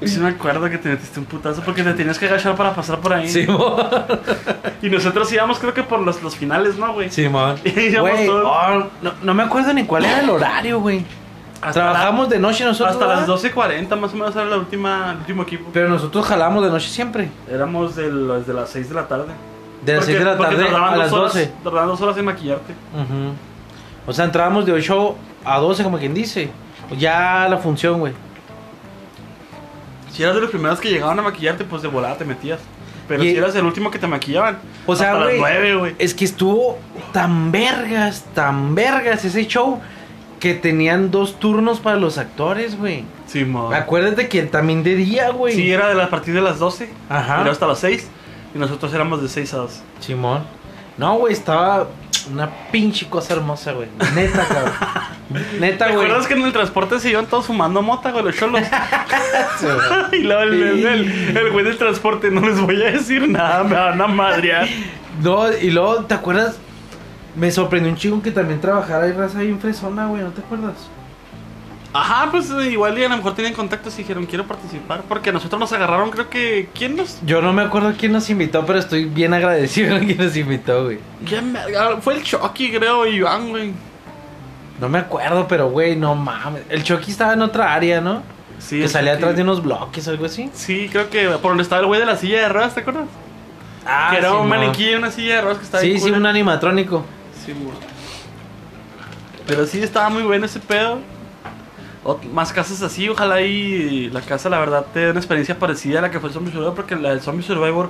Y Sí me acuerdo que te metiste un putazo porque te tenías que agachar para pasar por ahí. Simón. Y nosotros íbamos, creo que por los, los finales, ¿no, güey? Simón. Y ya Güey, pasó. oh, no, no me acuerdo ni cuál era el horario, güey. Hasta la- Trabajamos de noche nosotros. hasta ¿verdad? las 12.40, más o menos, era la última, el último equipo. Pero nosotros jalamos de noche siempre. Éramos de las, de las 6 de la tarde. De las Porque- 6 de la porque tarde tardaban a dos las horas- 12. Tardaban dos horas en maquillarte. Ujú. O sea, entrábamos de 8 a 12, como quien dice. Ya la función, güey. Si eras de los primeros que llegaban a maquillarte, pues de volada te metías. Pero Y- si eras el último que te maquillaban, O sea, hasta güey, las 9, güey. Es que estuvo tan vergas, tan vergas ese show que tenían dos turnos para los actores, güey. Sí, mo. Acuérdate que también de día, Ah, güey. Sí, era de la, a partir de las 12. Ajá. Era hasta las 6. Y nosotros éramos de 6 a 2. Simón. No, güey, estaba una pinche cosa hermosa, güey. Neta, cabrón. ¿Te Neta, güey. acuerdas que en el transporte se iban todos fumando mota, güey, los cholos? Sí, güey. y luego el, el- el- el güey del transporte, no les voy a decir nada, me van a madrear. No, y luego, ¿te acuerdas? Me sorprendió un chico que también trabajara ahí raza bien fresona, güey, ¿no te acuerdas? Ajá, pues eh, igual y a lo mejor tenían contactos y dijeron, quiero participar. Porque nosotros nos agarraron, creo que. ¿Quién nos.? Yo no me acuerdo quién nos invitó, pero estoy bien agradecido a quien nos invitó, güey. Ya me- ah, Fue el Chucky, creo, y Iván, güey. No me acuerdo, pero güey, no mames. El Chucky estaba en otra área, ¿no? Sí, que el salía Chucky. atrás de unos bloques, algo así. Sí, creo que por donde estaba el güey de la silla de ruedas, ¿te acuerdas? Ah, que era un Simón. maniquí, una silla de ruedas que estaba Sí, bien sí, cool. un animatrónico. Sí, mo. Pero sí, estaba muy bueno ese pedo. Ot- más casas así, ojalá y la casa, la verdad, te dé una experiencia parecida a la que fue el Zombie Survivor, porque la del Zombie Survivor.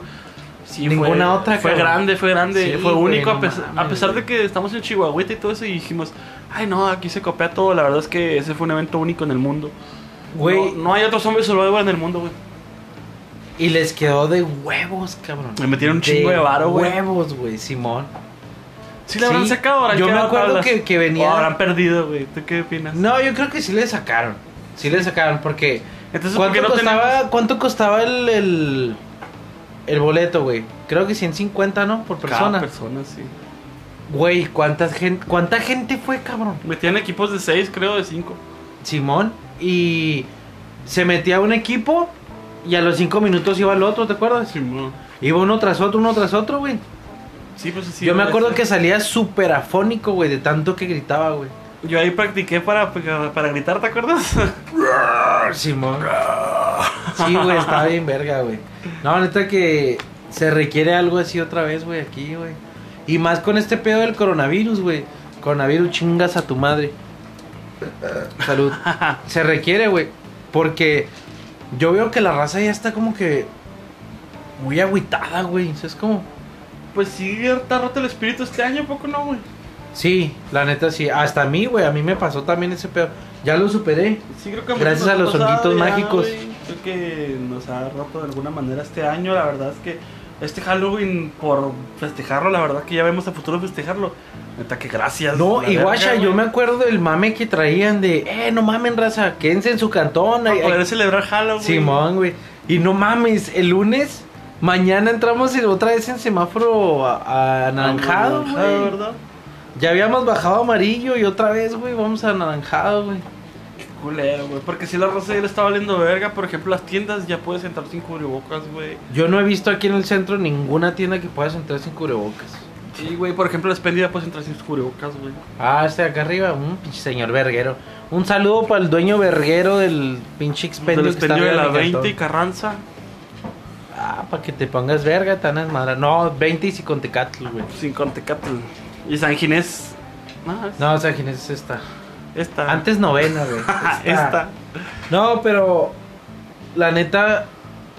Sí, Ninguna fue, otra, Fue cabrón. grande, fue grande, Sí, fue güey, único. no a, pesar, mames, a pesar güey. de que estamos en Chihuahuita y todo eso, y dijimos, ay, no, aquí se copia todo. La verdad es que ese fue un evento único en el mundo. Güey, No, no hay otro Zombie Survivor en el mundo, güey. y les quedó de huevos, cabrón. Le metieron un chingo de varo, güey. Huevos, güey, Simón. Sí, la habrán Sí, sacado ahora. yo me acuerdo que- que venía- O habrán perdido, güey. ¿Tú qué opinas? No, yo creo que sí le sacaron. Sí le sacaron, porque. Entonces, ¿por ¿Cuánto qué no costaba, tenemos? ¿cuánto costaba el, el, el boleto, güey? Creo que 150, ¿no? Por Cada persona. persona, sí. Güey, ¿cuánta gente, ¿cuánta gente fue, cabrón? Metían equipos de 6, creo, de 5. Simón. Y se metía un equipo y a los 5 minutos iba el otro, ¿te acuerdas? Iba uno tras otro, uno tras otro, güey. Sí, pues así. Yo me era acuerdo eso. que salía súper afónico, güey, de tanto que gritaba, güey. Yo ahí practiqué para, para, para gritar, ¿te acuerdas? Simón. Sí, güey, estaba bien verga, güey. No, neta que se requiere algo así otra vez, güey, aquí, güey. Y más con este pedo del coronavirus, güey. Coronavirus chingas a tu madre. Salud. Se requiere, güey. Porque yo veo que la raza ya está como que muy agüitada, güey. O sea, es como... pues sí, está roto el espíritu este año, ¿a poco no, güey? Sí, la neta sí. Hasta a mí, güey, a mí me pasó también ese pedo. Ya lo superé. Sí, creo que Gracias muchos a los nos ha honguitos pasado ya, mágicos. güey. Creo que nos ha roto de alguna manera este año. La verdad es que este Halloween, por festejarlo, la verdad que ya vemos a futuro festejarlo. Neta, que gracias. No, la y verga, guacha, yo güey. me acuerdo del mame que traían de, eh, no mamen, raza, quédense en su cantón. Para ahí- ahí- poder celebrar Halloween. Simón, güey. Y no mames, el lunes, mañana entramos y otra vez en semáforo a- a- anaranjado, Anaranjado, güey. ¿verdad? Ya habíamos bajado a amarillo y otra vez, güey, vamos a anaranjado, güey. Culero, güey. Porque si la rosa ya le está valiendo verga, por ejemplo, las tiendas ya puedes entrar sin cubrebocas, güey. Yo no he visto aquí en el centro ninguna tienda que puedas entrar sin cubrebocas. Sí, güey. Por ejemplo, la expendida puedes entrar sin cubrebocas, güey. Ah, este de acá arriba, un pinche señor verguero. Un saludo para el dueño verguero del pinche expendio. Del que está expendio de arriba la de mi 20 y cantón. Carranza. Ah, para que te pongas verga, tan madre. No, 20 y si con Tecatl, güey. Sin Contecatl. Y San Ginés. No, es- No, o sea, ¿quién es esta? esta. Antes novena, güey. Ah, esta. No, pero la neta,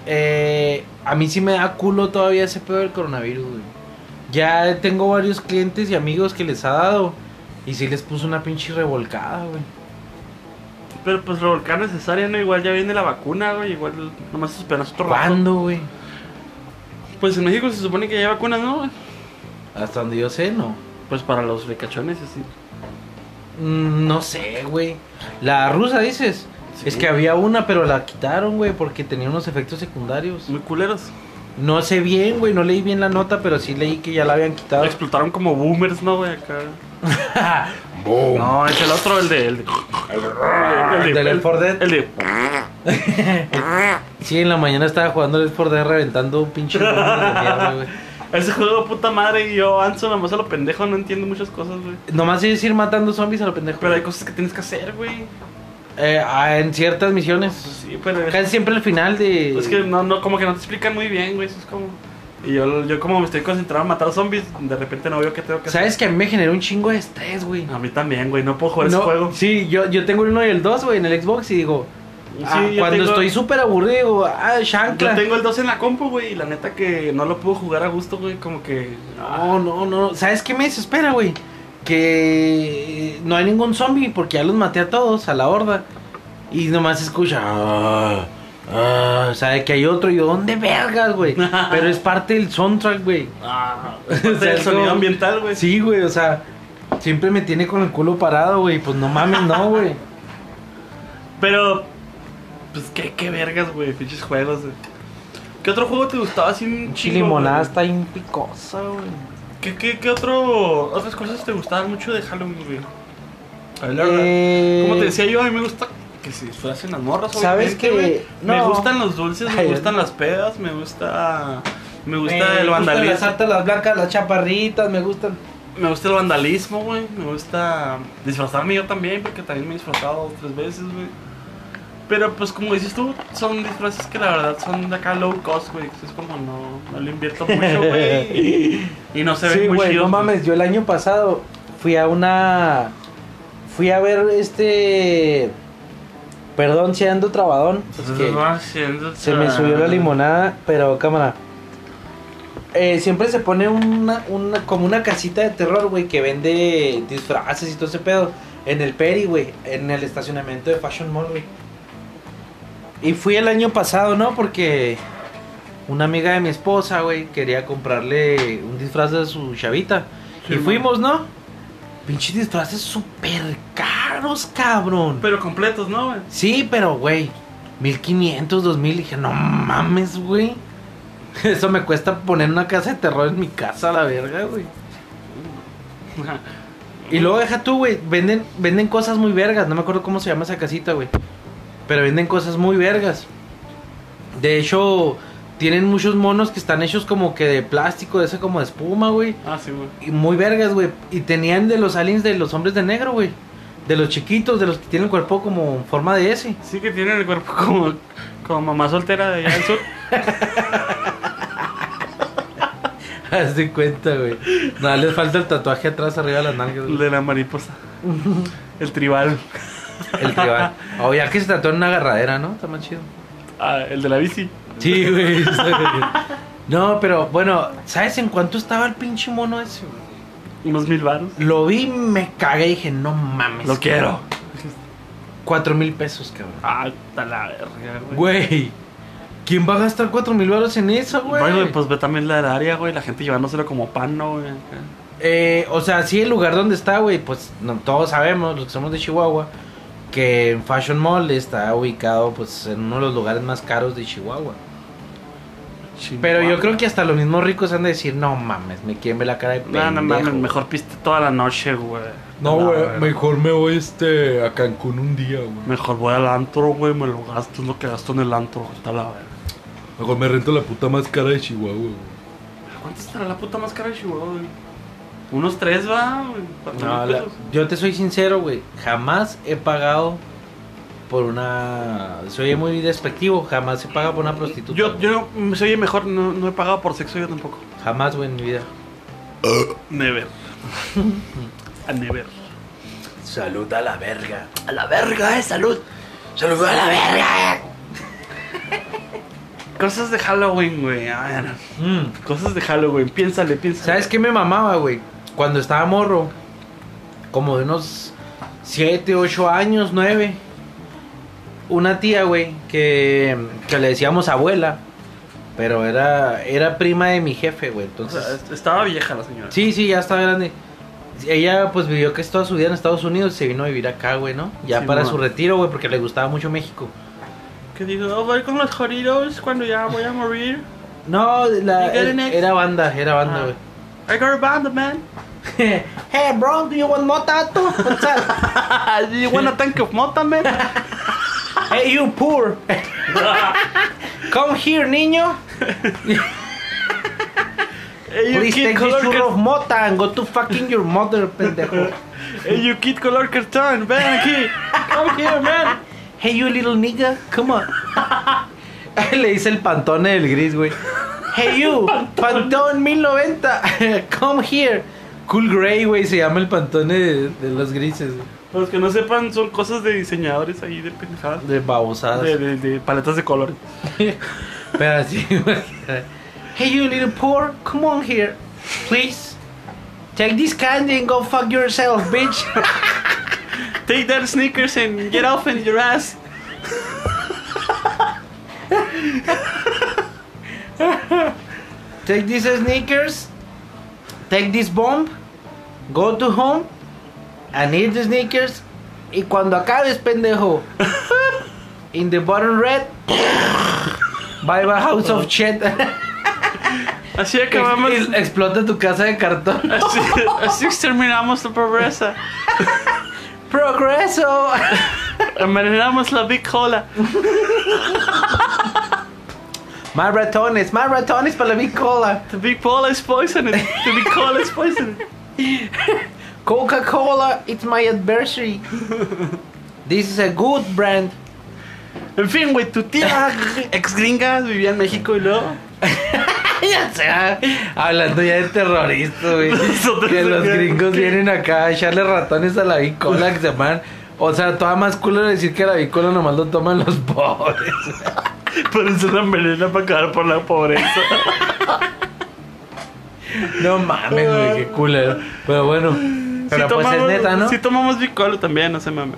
eh, a mí sí me da culo todavía ese pedo del coronavirus, güey. Ya tengo varios clientes y amigos que les ha dado y sí les puso una pinche revolcada, güey. Pero pues revolcar necesaria, ¿no? Igual ya viene la vacuna, güey. Igual nomás esperas otro rato. ¿Cuándo, güey? Pues en México se supone que ya hay vacunas, ¿no? güey? Hasta donde yo sé, no. Pues para los ricachones, y así. Mm, no sé, güey. La rusa, dices. Sí. Es que había una, pero la quitaron, güey, porque tenía unos efectos secundarios. Muy culeros. No sé bien, güey, no leí bien la nota, pero sí leí que ya la habían quitado. Explotaron como boomers, ¿no, güey? Acá. Boom. No, es el otro, el de. El de. El del Left 4 Dead. El de. Sí, en la mañana estaba jugando el Sport Day reventando un pinche bombo de mierda, güey. Ese juego, puta madre, y yo avanzo nomás a lo pendejo, no entiendo muchas cosas, güey. Nomás es ir matando zombies a lo pendejo. Pero hay cosas que tienes que hacer, güey. Eh, ah, en ciertas Pues misiones. sí, pero. Casi siempre el final de. Es que no, no, como que no te explican muy bien, güey. Eso es como. Y yo, yo como me estoy concentrado en matar zombies, de repente no veo qué tengo que Sabes que a mí me generó un chingo de estrés, güey. hacer. A mí también, güey. No puedo jugar No, Ah, ese juego. Sí, yo, yo tengo el 1 y el 2, güey, en el Xbox y digo. Sí, ah, yo cuando tengo- estoy súper aburrido, digo, ah, Yo chancla. tengo el 2 en la compu, güey. Y la neta que no lo puedo jugar a gusto, güey. Como que. No, no, no. ¿Sabes qué me desespera, güey? Que no hay ningún zombie porque ya los maté a todos, a la horda. Y nomás se escucha. "Ah, ah", o sea, de que hay otro. Y yo, ¿dónde vergas, güey? Pero es parte del soundtrack, güey. Ah, O sea, el es sonido como- ambiental, güey. Sí, güey, o sea, siempre me tiene con el culo parado, güey. Pues no mames, no, güey. Pero, pues qué, qué vergas, güey, pinches juegos. güey. ¿Qué otro juego te gustaba así un Chile chingo, limonada güey? está bien picosa, güey. ¿Qué, qué, qué otro, otras cosas te gustaban mucho de Halloween, güey? A ver, la verdad, Eh, Como te decía yo, a mí me gusta que se disfracen las morras, ¿Sabes obviamente, qué? güey. Me No. gustan los dulces, me Ay, gustan no. las pedas, me gusta... Me gusta me el gustan Las vandalismo. altas, las blancas, las chaparritas, me gustan. Me gusta el vandalismo, güey. Me gusta disfrazarme yo también, porque también me he disfrazado dos, tres veces, güey. Pero pues como dices tú, son disfraces que la verdad son de acá low cost, güey. Es como no, no le invierto mucho, güey. Y, y no se ven Sí, muy güey, chidos. no güey. mames, yo el año pasado fui a una fui a ver este perdón si ando trabadón, es Entonces, que no haciendo- se me subió la limonada, pero cámara. Eh, siempre se pone una, una como una casita de terror, güey, que vende disfraces y todo ese pedo en el Peri, güey, en el estacionamiento de Fashion Mall, güey. Y fui el año pasado, ¿no? Porque una amiga de mi esposa, güey, quería comprarle un disfraz de su chavita. Sí, y man. fuimos, ¿no? Pinches disfraces súper caros, cabrón. Pero completos, ¿no, güey? Sí, pero, güey, 1500, 2000. Dije, no mames, güey. Eso me cuesta poner una casa de terror en mi casa, a la verga, güey. Y luego deja tú, güey. Venden, venden cosas muy vergas. No me acuerdo cómo se llama esa casita, güey. Pero venden cosas muy vergas. De hecho, tienen muchos monos que están hechos como que de plástico, de ese como de espuma, güey. Ah, sí, güey. Y muy vergas, güey. Y tenían de los aliens de los hombres de negro, güey. De los chiquitos, de los que tienen el cuerpo como en forma de ese. Sí que tienen el cuerpo como, como mamá soltera de allá del sur. Haz de cuenta, güey. Nada, les falta el tatuaje atrás arriba de las nalgas, el güey. de la mariposa. El tribal. El tribal. O ya que se tatuó en una agarradera, ¿no? Está más chido. Ah, el de la bici. Sí, güey. No, pero bueno, ¿sabes en cuánto estaba el pinche mono ese, güey? Unos mil baros. Lo vi, me cagué y dije, no mames. Lo quiero. Cuatro mil pesos, cabrón. Ah, está la verga, güey. Güey, ¿quién va a gastar cuatro mil baros en eso, güey? Bueno, pues ve también la del área, güey. La gente llevándoselo como pan, ¿no, güey? Eh, o sea, sí, el lugar donde está, güey, pues no, todos sabemos, los que somos de Chihuahua, que en Fashion Mall está ubicado, pues, en uno de los lugares más caros de Chihuahua. Pero yo creo que hasta los mismos ricos han de decir, no mames, me quieren ver la cara de pendejo. No, no mames, mejor piste toda la noche, güey. No, La güey, verga. mejor me voy este a Cancún un día, güey. Mejor voy al antro, güey, me lo gasto, es lo que gasto en el antro, güey, está la verga. Mejor me rento la puta más cara de Chihuahua, güey. ¿Cuánto estará la puta máscara de Chihuahua, güey? Unos tres, va, güey. Cuatro No, mil la- pesos. yo te soy sincero, güey, jamás he pagado por una... Se oye muy despectivo, jamás he pagado por una prostituta. Yo, güey. yo no, se oye mejor, no, no he pagado por sexo yo tampoco. Jamás, güey, en mi vida. Never. A never. Salud a la verga. A la verga, eh, salud. Salud a la verga. Cosas de Halloween, güey. A ver. Mm. Cosas de Halloween, piénsale, piénsale. ¿Sabes qué me mamaba, güey? Cuando estaba morro, como de unos 7, 8 años, 9, una tía, güey, que, que le decíamos abuela, pero era, era prima de mi jefe, güey. O sea, Entonces, est- estaba vieja la señora. sí, sí, ya estaba grande. Ella, pues, vivió que toda su vida en Estados Unidos y se vino a vivir acá, güey, ¿no? Ya Sí, para mamá. su retiro, güey, porque le gustaba mucho México. Que dice, oh, voy con los jodidos cuando ya voy a morir. No, la- ¿Y qué next? era banda, era banda, Ah. güey. I got a band, man. hey, bro, do you want more tattoo? What's up? Do you wanna tank of mota, man? Hey, you poor. Come here, niño. Hey, you Please kid take this color churro of cart- mota and go to fucking your mother, pendejo. Hey, you kid color cartón, ven aquí. Come here, man. Hey, you little nigga, come on. Le hice el pantone del gris, güey. Hey, you, pantone 1090. Come here. Cool Grey, güey, se llama el pantone de, de los grises, güey. Para los que no sepan, son cosas de diseñadores ahí de pendejadas. de babosadas. De, de- de paletas de colores. Pero así, güey. Hey, you little poor, come on here, please. Take this candy and go fuck yourself, bitch. Take that sneakers and get off in your ass. Take these sneakers. Take this bomb. Go to home. And eat the sneakers. Y cuando acabes, pendejo. In the bottom red. Bye bye, house of shit. Así acabamos. Ex- Explota tu casa de cartón. Así, así exterminamos la pobreza. Progreso. Envenenamos la big cola. Maratones, maratones para la big cola. The big cola is poisoned. The big cola is poisoned. Coca-Cola, it's my adversary. This is a good brand. En fin, güey, tu tía ex gringa vivía en México y luego. ya sea, hablando ya de terroristas, güey. Nosotros que los acá, gringos ¿qué? vienen acá a echarle ratones a la bicola que se llaman. O sea, toda más culo decir que la bicola nomás lo toman los pobres. Pero es una melena para acabar por la pobreza. No mames, güey, qué culero. Pero bueno, pero pues es neta, ¿no? Si tomamos bicola también, no se mame.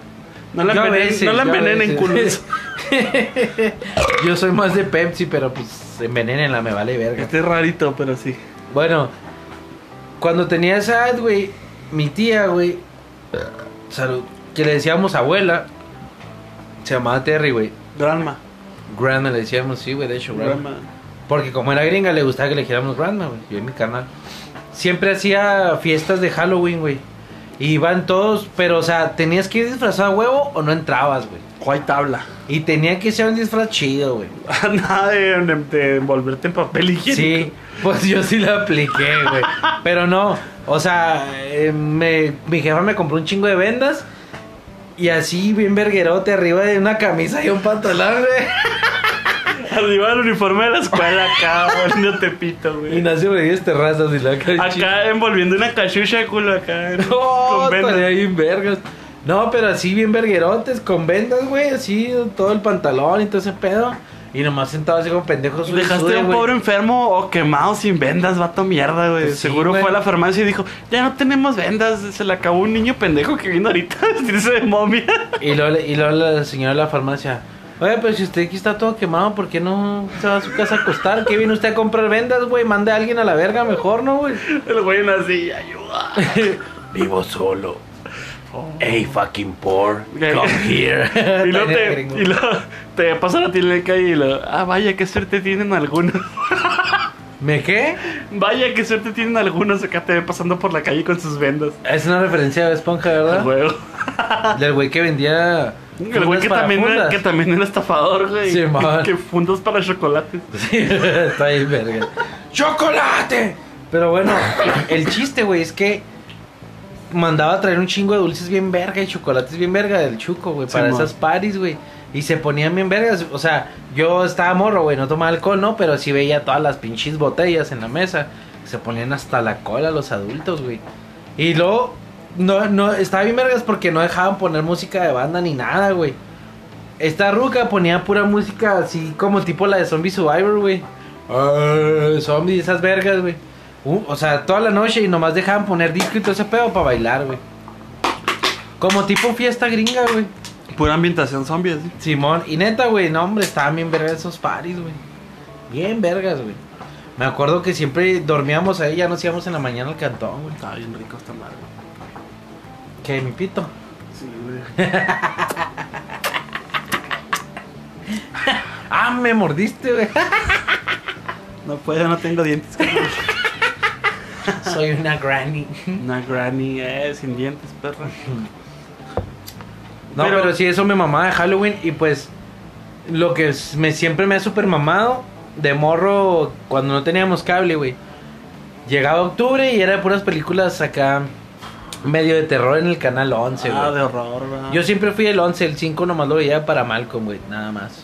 No la Yo a envenen, veces, no la yo a envenenen, veces. culos. Yo soy más de Pepsi, pero pues envenenenla, me vale verga. Este es rarito, pero sí. Bueno, cuando tenía esa edad, güey, mi tía, güey, salud, que le decíamos abuela, se llamaba Terry, güey. Granma. Grandma le decíamos, sí, güey, de hecho, grandma. Granma. Porque como era gringa, le gustaba que le dijéramos grandma, güey, yo en mi canal. Siempre hacía fiestas de Halloween, güey. Y iban todos, pero, o sea, tenías que ir disfrazado a huevo o no entrabas, güey. Guay tabla. Y tenía que ser un disfraz chido, güey. Nada de, de- de envolverte en papel higiénico. Sí, pues yo sí la apliqué, güey. Pero no, o sea, eh, me- mi jefa me compró un chingo de vendas y así bien verguerote arriba de una camisa y un pantalón, güey. Arriba del uniforme de la escuela acá, volviendo tepito, güey. Ignacio Reyes Terrazas y la cara de chido. Acá envolviendo una cachucha, culo, acá. No, con vendas. estaría bien vergas. No, pero así bien verguerotes, con vendas, güey, así todo el pantalón y todo ese pedo. Y nomás sentado así como pendejo sude y Dejaste sude, a un güey. pobre enfermo o quemado sin vendas, vato mierda, güey. Pues sí, Seguro güey. fue a la farmacia y dijo, ya no tenemos vendas, se le acabó un niño pendejo que vino ahorita a vestirse de momia. Y luego, le- y luego la señora de la farmacia. Oye, pero si usted aquí está todo quemado, ¿por qué no se va a su casa a acostar? ¿Qué viene usted a comprar vendas, güey? Mande a alguien a la verga mejor, ¿no, güey? El güey en la silla, ayuda. Vivo solo. Oh. Hey, fucking poor. come here. Y luego te, y luego te pasan a ti en la calle y lo, ah, vaya, qué suerte tienen algunos. ¿Me qué? vaya, qué suerte tienen algunos. Acá te ve pasando por la calle con sus vendas. Es una referencia de Esponja, El ¿verdad? güey, Del güey que vendía. el güey fundas que, para también era, fundas. que también era estafador, güey. Sí, man. que, que fundas para chocolates. Sí, está ahí, verga. ¡Chocolate! Pero bueno, el chiste, güey, es que mandaba a traer un chingo de dulces bien verga y chocolates bien verga del chuco, güey, para Simón. esas paris, güey. Y se ponían bien vergas. O sea, yo estaba morro, güey, no tomaba alcohol, ¿no? Pero sí veía todas las pinches botellas en la mesa. Se ponían hasta la cola los adultos, güey. Y luego, no, no, estaba bien vergas porque no dejaban poner música de banda ni nada, güey. Esta ruca ponía pura música así como tipo la de Zombie Survivor, güey. Ah, Zombie, esas vergas, güey. Uh, o sea, toda la noche y nomás dejaban poner disco y todo ese pedo para bailar, güey. Como tipo fiesta gringa, güey. Pura ambientación zombie, así. Simón, y neta, güey, no, hombre, estaban bien vergas esos paris, güey. Bien vergas, güey. Me acuerdo que siempre dormíamos ahí, ya nos íbamos en la mañana al cantón, güey. Está bien rico esta madre. güey. Que mi pito. Sí, güey. Ah, me mordiste, güey. No puedo, no tengo dientes. Soy una granny. Una granny, eh, sin dientes, perra. No, pero, Pero- sí, eso me mamaba de Halloween. Y pues, lo que s- me, siempre me ha super mamado de morro cuando no teníamos cable, güey. Llegaba octubre y era de puras películas acá, medio de terror en el canal 11, güey. ah, de horror, ¿verdad? Yo siempre fui el 11, el 5 nomás lo veía para Malcolm, güey, nada más.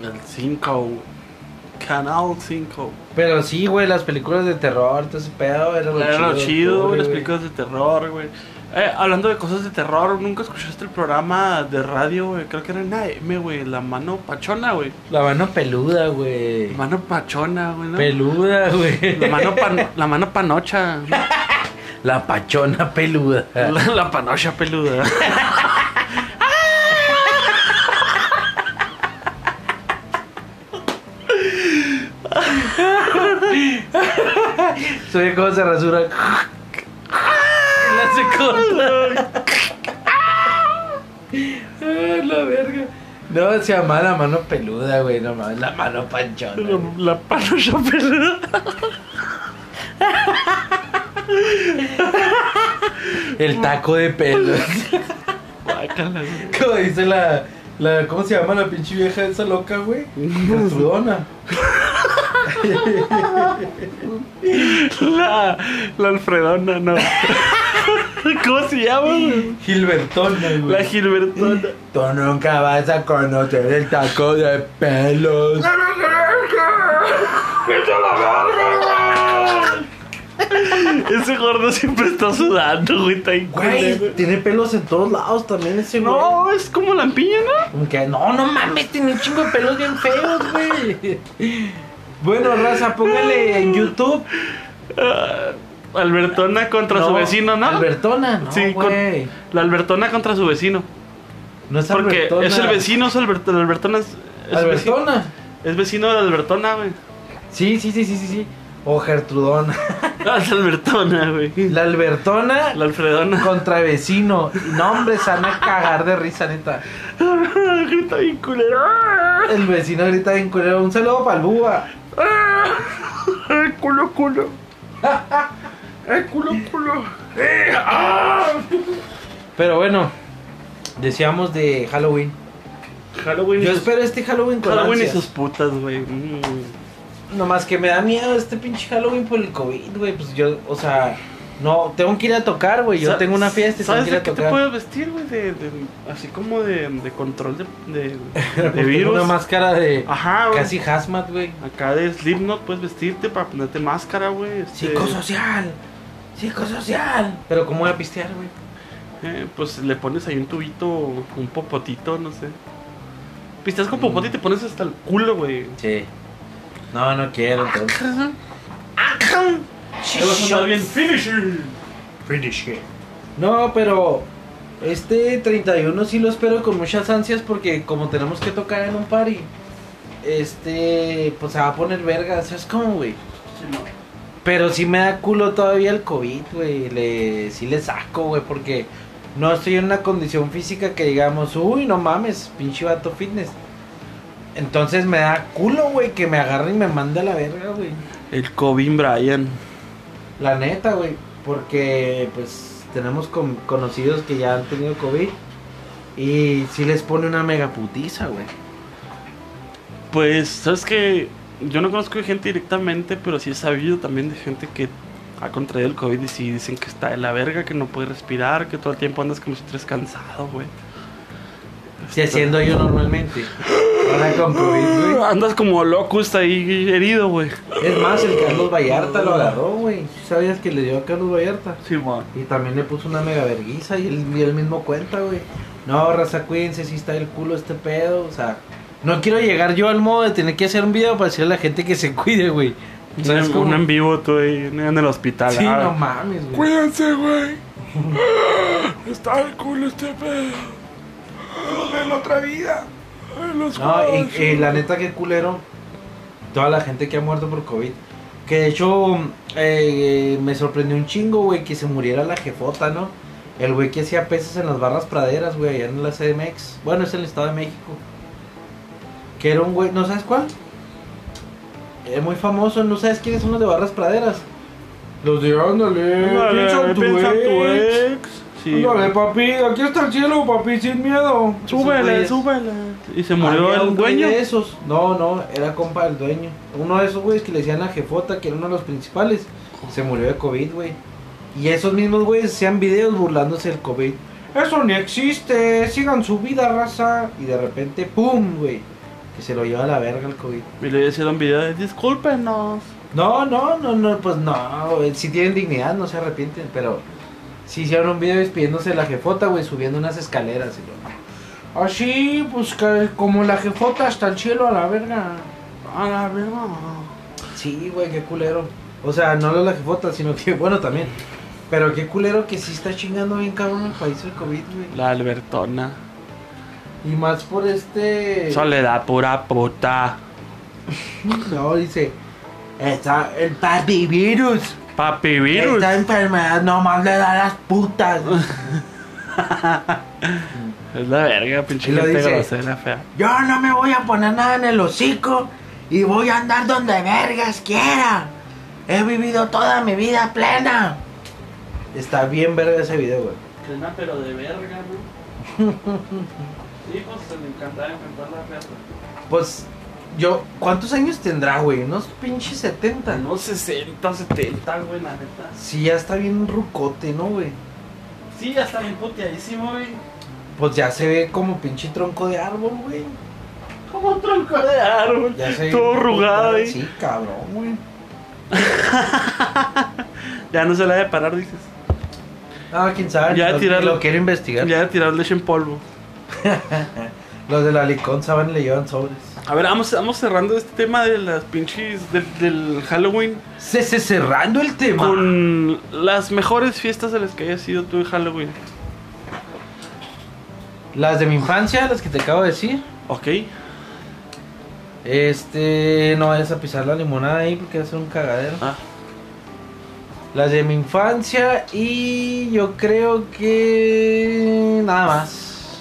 El 5. Canal 5. Pero sí, güey, las películas de terror, todo ese pedo, era lo Era chido. lo chido, güey, octubre, las películas de terror, güey. Eh, hablando de cosas de terror, ¿nunca escuchaste el programa de radio, güey? Creo que era en AM, güey, La Mano Pachona, güey. La mano peluda, güey. La Mano Pachona, güey, ¿no? Peluda, güey. La mano, pan- la mano panocha. La pachona peluda. La, la panocha peluda. Soy cómo se rasura. Y la se corta. Ah, la verga. No, se llama la mano peluda, güey. No mames, la mano panchona. La, güey. la panocha peluda. El taco de pelos. Guácala, güey. Como dice la, la. ¿Cómo se llama la pinche vieja esa loca, güey? La sudona. La, la Alfredona, no. ¿Cómo se llama, güey? Gilbertona, güey. La Gilbertona. Tú nunca vas a conocer el taco de pelos. Ese gordo siempre está sudando, güey. Está ahí Güey, culero. tiene pelos en todos lados también ese güey. No, es como lampiña, ¿no? Como que, no, no mames, tiene un chingo de pelos bien feos, güey. Bueno, raza, póngale en YouTube. Ah, Albertona contra su vecino, ¿no? Albertona, no, Sí, con- güey. La Albertona contra su vecino. No es Porque Albertona. es el vecino, es Albert- la Albertona es, es vecino. Albertona. Es vecino de la Albertona, güey. Sí, sí, sí, sí, sí, sí. O Gertrudona. Ah, es Albertona, güey. La Albertona La Alfredona. contra vecino. No, hombre, se van a cagar de risa, neta. Grita bien culero. El vecino grita bien culero. Un saludo para el Búa. Ah, culo, culo. Eh, culo, culo. Eh, ah. Pero bueno, decíamos de Halloween. Halloween. y Yo sus- espero este Halloween con Halloween y ansias. sus putas, güey. Mm. Nomás que me da miedo este pinche Halloween por el COVID, güey. Pues yo, o sea, no, tengo que ir a tocar, güey. Yo Sa- tengo una fiesta y tengo ¿Sabes que ir de a qué tocar. te puedes vestir, güey? De, de- así como de, de control de, de- de, Porque pues, tengo virus. Una máscara de Ajá, güey. casi hazmat, güey. Acá de Slipknot puedes vestirte para ponerte máscara, güey. este, Psicosocial. Psicosocial. Pero ¿cómo voy a pistear, güey? eh, pues le pones ahí un tubito, un popotito, no sé. Pisteas Mm. con popote y te pones hasta el culo, güey. Sí. No, no quiero Ah, entonces. Te vas a andar bien finisher. No, pero este 31 sí lo espero con muchas ansias porque como tenemos que tocar en un party, este, pues se va a poner verga, ¿sabes cómo, güey? Pero sí me da culo todavía el COVID, güey, le, sí le saco, güey, porque no estoy en una condición física que digamos, uy, no mames, pinche vato fitness. Entonces me da culo, güey, que me agarre y me mande a la verga, güey. El Cobin Brian. La neta, güey, porque pues tenemos con- conocidos que ya han tenido COVID y si les pone una mega putiza, güey. Pues, sabes que yo no conozco gente directamente, pero sí he sabido también de gente que ha contraído el COVID y sí dicen que está de la verga, que no puede respirar, que todo el tiempo andas como si estuvieras cansado, güey. Si haciendo yo normalmente. Ahora con COVID, güey. Ah, Andas como locust ahí herido, güey. Es más, el Carlos Vallarta lo agarró, güey. ¿Sabías que le dio a Carlos Vallarta? Sí, man. Y también le puso una mega verguiza y él, y él mismo cuenta, güey. No, raza, cuídense, si está el culo este pedo, o sea... No quiero llegar yo al modo de tener que hacer un video para decirle a la gente que se cuide, güey. ¿Sabes cómo? Un en vivo tú ahí en el hospital. Sí, ah. no mames, güey. Cuídense, güey. Está el culo este pedo. En otra vida. En los No, y, y la neta que culero. Toda la gente que ha muerto por COVID. Que de hecho eh, me sorprendió un chingo, güey, que se muriera la jefota, ¿no? El güey que hacía pesas en las barras praderas, güey, allá en la CDMX. Bueno, es en el Estado de México. Que era un güey, ¿no sabes cuál? Es muy famoso, ¿no sabes quiénes son los de barras praderas? Los de ándale, piensa en tu ex. Sí. Ándale, papi, aquí está el cielo, papi, sin miedo. Súbele, Esos güeyes. súbele. Y se murió Había un el güey dueño. de esos. No, no, era compa del dueño. Uno de esos güeyes que le decían la jefota, que era uno de los principales, se murió de COVID, güey. Y esos mismos güeyes hacían videos burlándose del COVID. Eso ni existe, sigan su vida, raza. Y de repente, ¡pum! güey. Que se lo lleva a la verga el COVID. Y le hicieron video de discúlpenos. No, no, no, no, pues no. güey, Si tienen dignidad, no se arrepienten, pero. Si hicieron un video despidiéndose de la jefota, güey, subiendo unas escaleras. Y lo... Así, pues que- como la jefota hasta el cielo a la verga. A la verga. Sí, güey, qué culero. O sea, no lo de la jefota, sino que, bueno, también. Pero qué culero que sí está chingando bien cabrón el país el COVID, güey. La Albertona. Y más por este... Soledad pura puta. No, dice... Está el papi virus. Papi virus. Esta enfermedad nomás le da a las putas. Es la verga, pinche Y lo gente dice. grosera, fea. Yo no me voy a poner nada en el hocico y voy a andar donde vergas quiera. He vivido toda mi vida plena. Está bien verga ese video, güey. Plena pero de verga, ¿no? sí, pues se le encantaba enfrentar la perra. Pues yo, ¿cuántos años tendrá, güey? Unos pinches 70, ¿no? No 60, 70, güey, la neta. Sí, ya está bien rucote, ¿no, güey? Sí, ya está bien puteadísimo, güey. Pues ya se ve como pinche tronco de árbol, güey. Como un tronco de árbol. Ya se ve Todo bien arrugado, rucote. güey. Sí, cabrón, güey. Ya no se la ha de parar, dices. Ah, quién sabe. Ya lo, tirarlo. lo quiero investigar. Ya de tirar leche en polvo. Los de la licón saben y le llevan sobres. A ver, vamos, vamos cerrando este tema de las pinches del, del Halloween Se, se cerrando el tema. con las mejores fiestas de las que hayas sido tú en Halloween. Las de mi infancia, las que te acabo de decir. Ok, Este, no vayas a pisar la limonada ahí porque va a ser un cagadero. ah, Las de mi infancia y yo creo que nada más.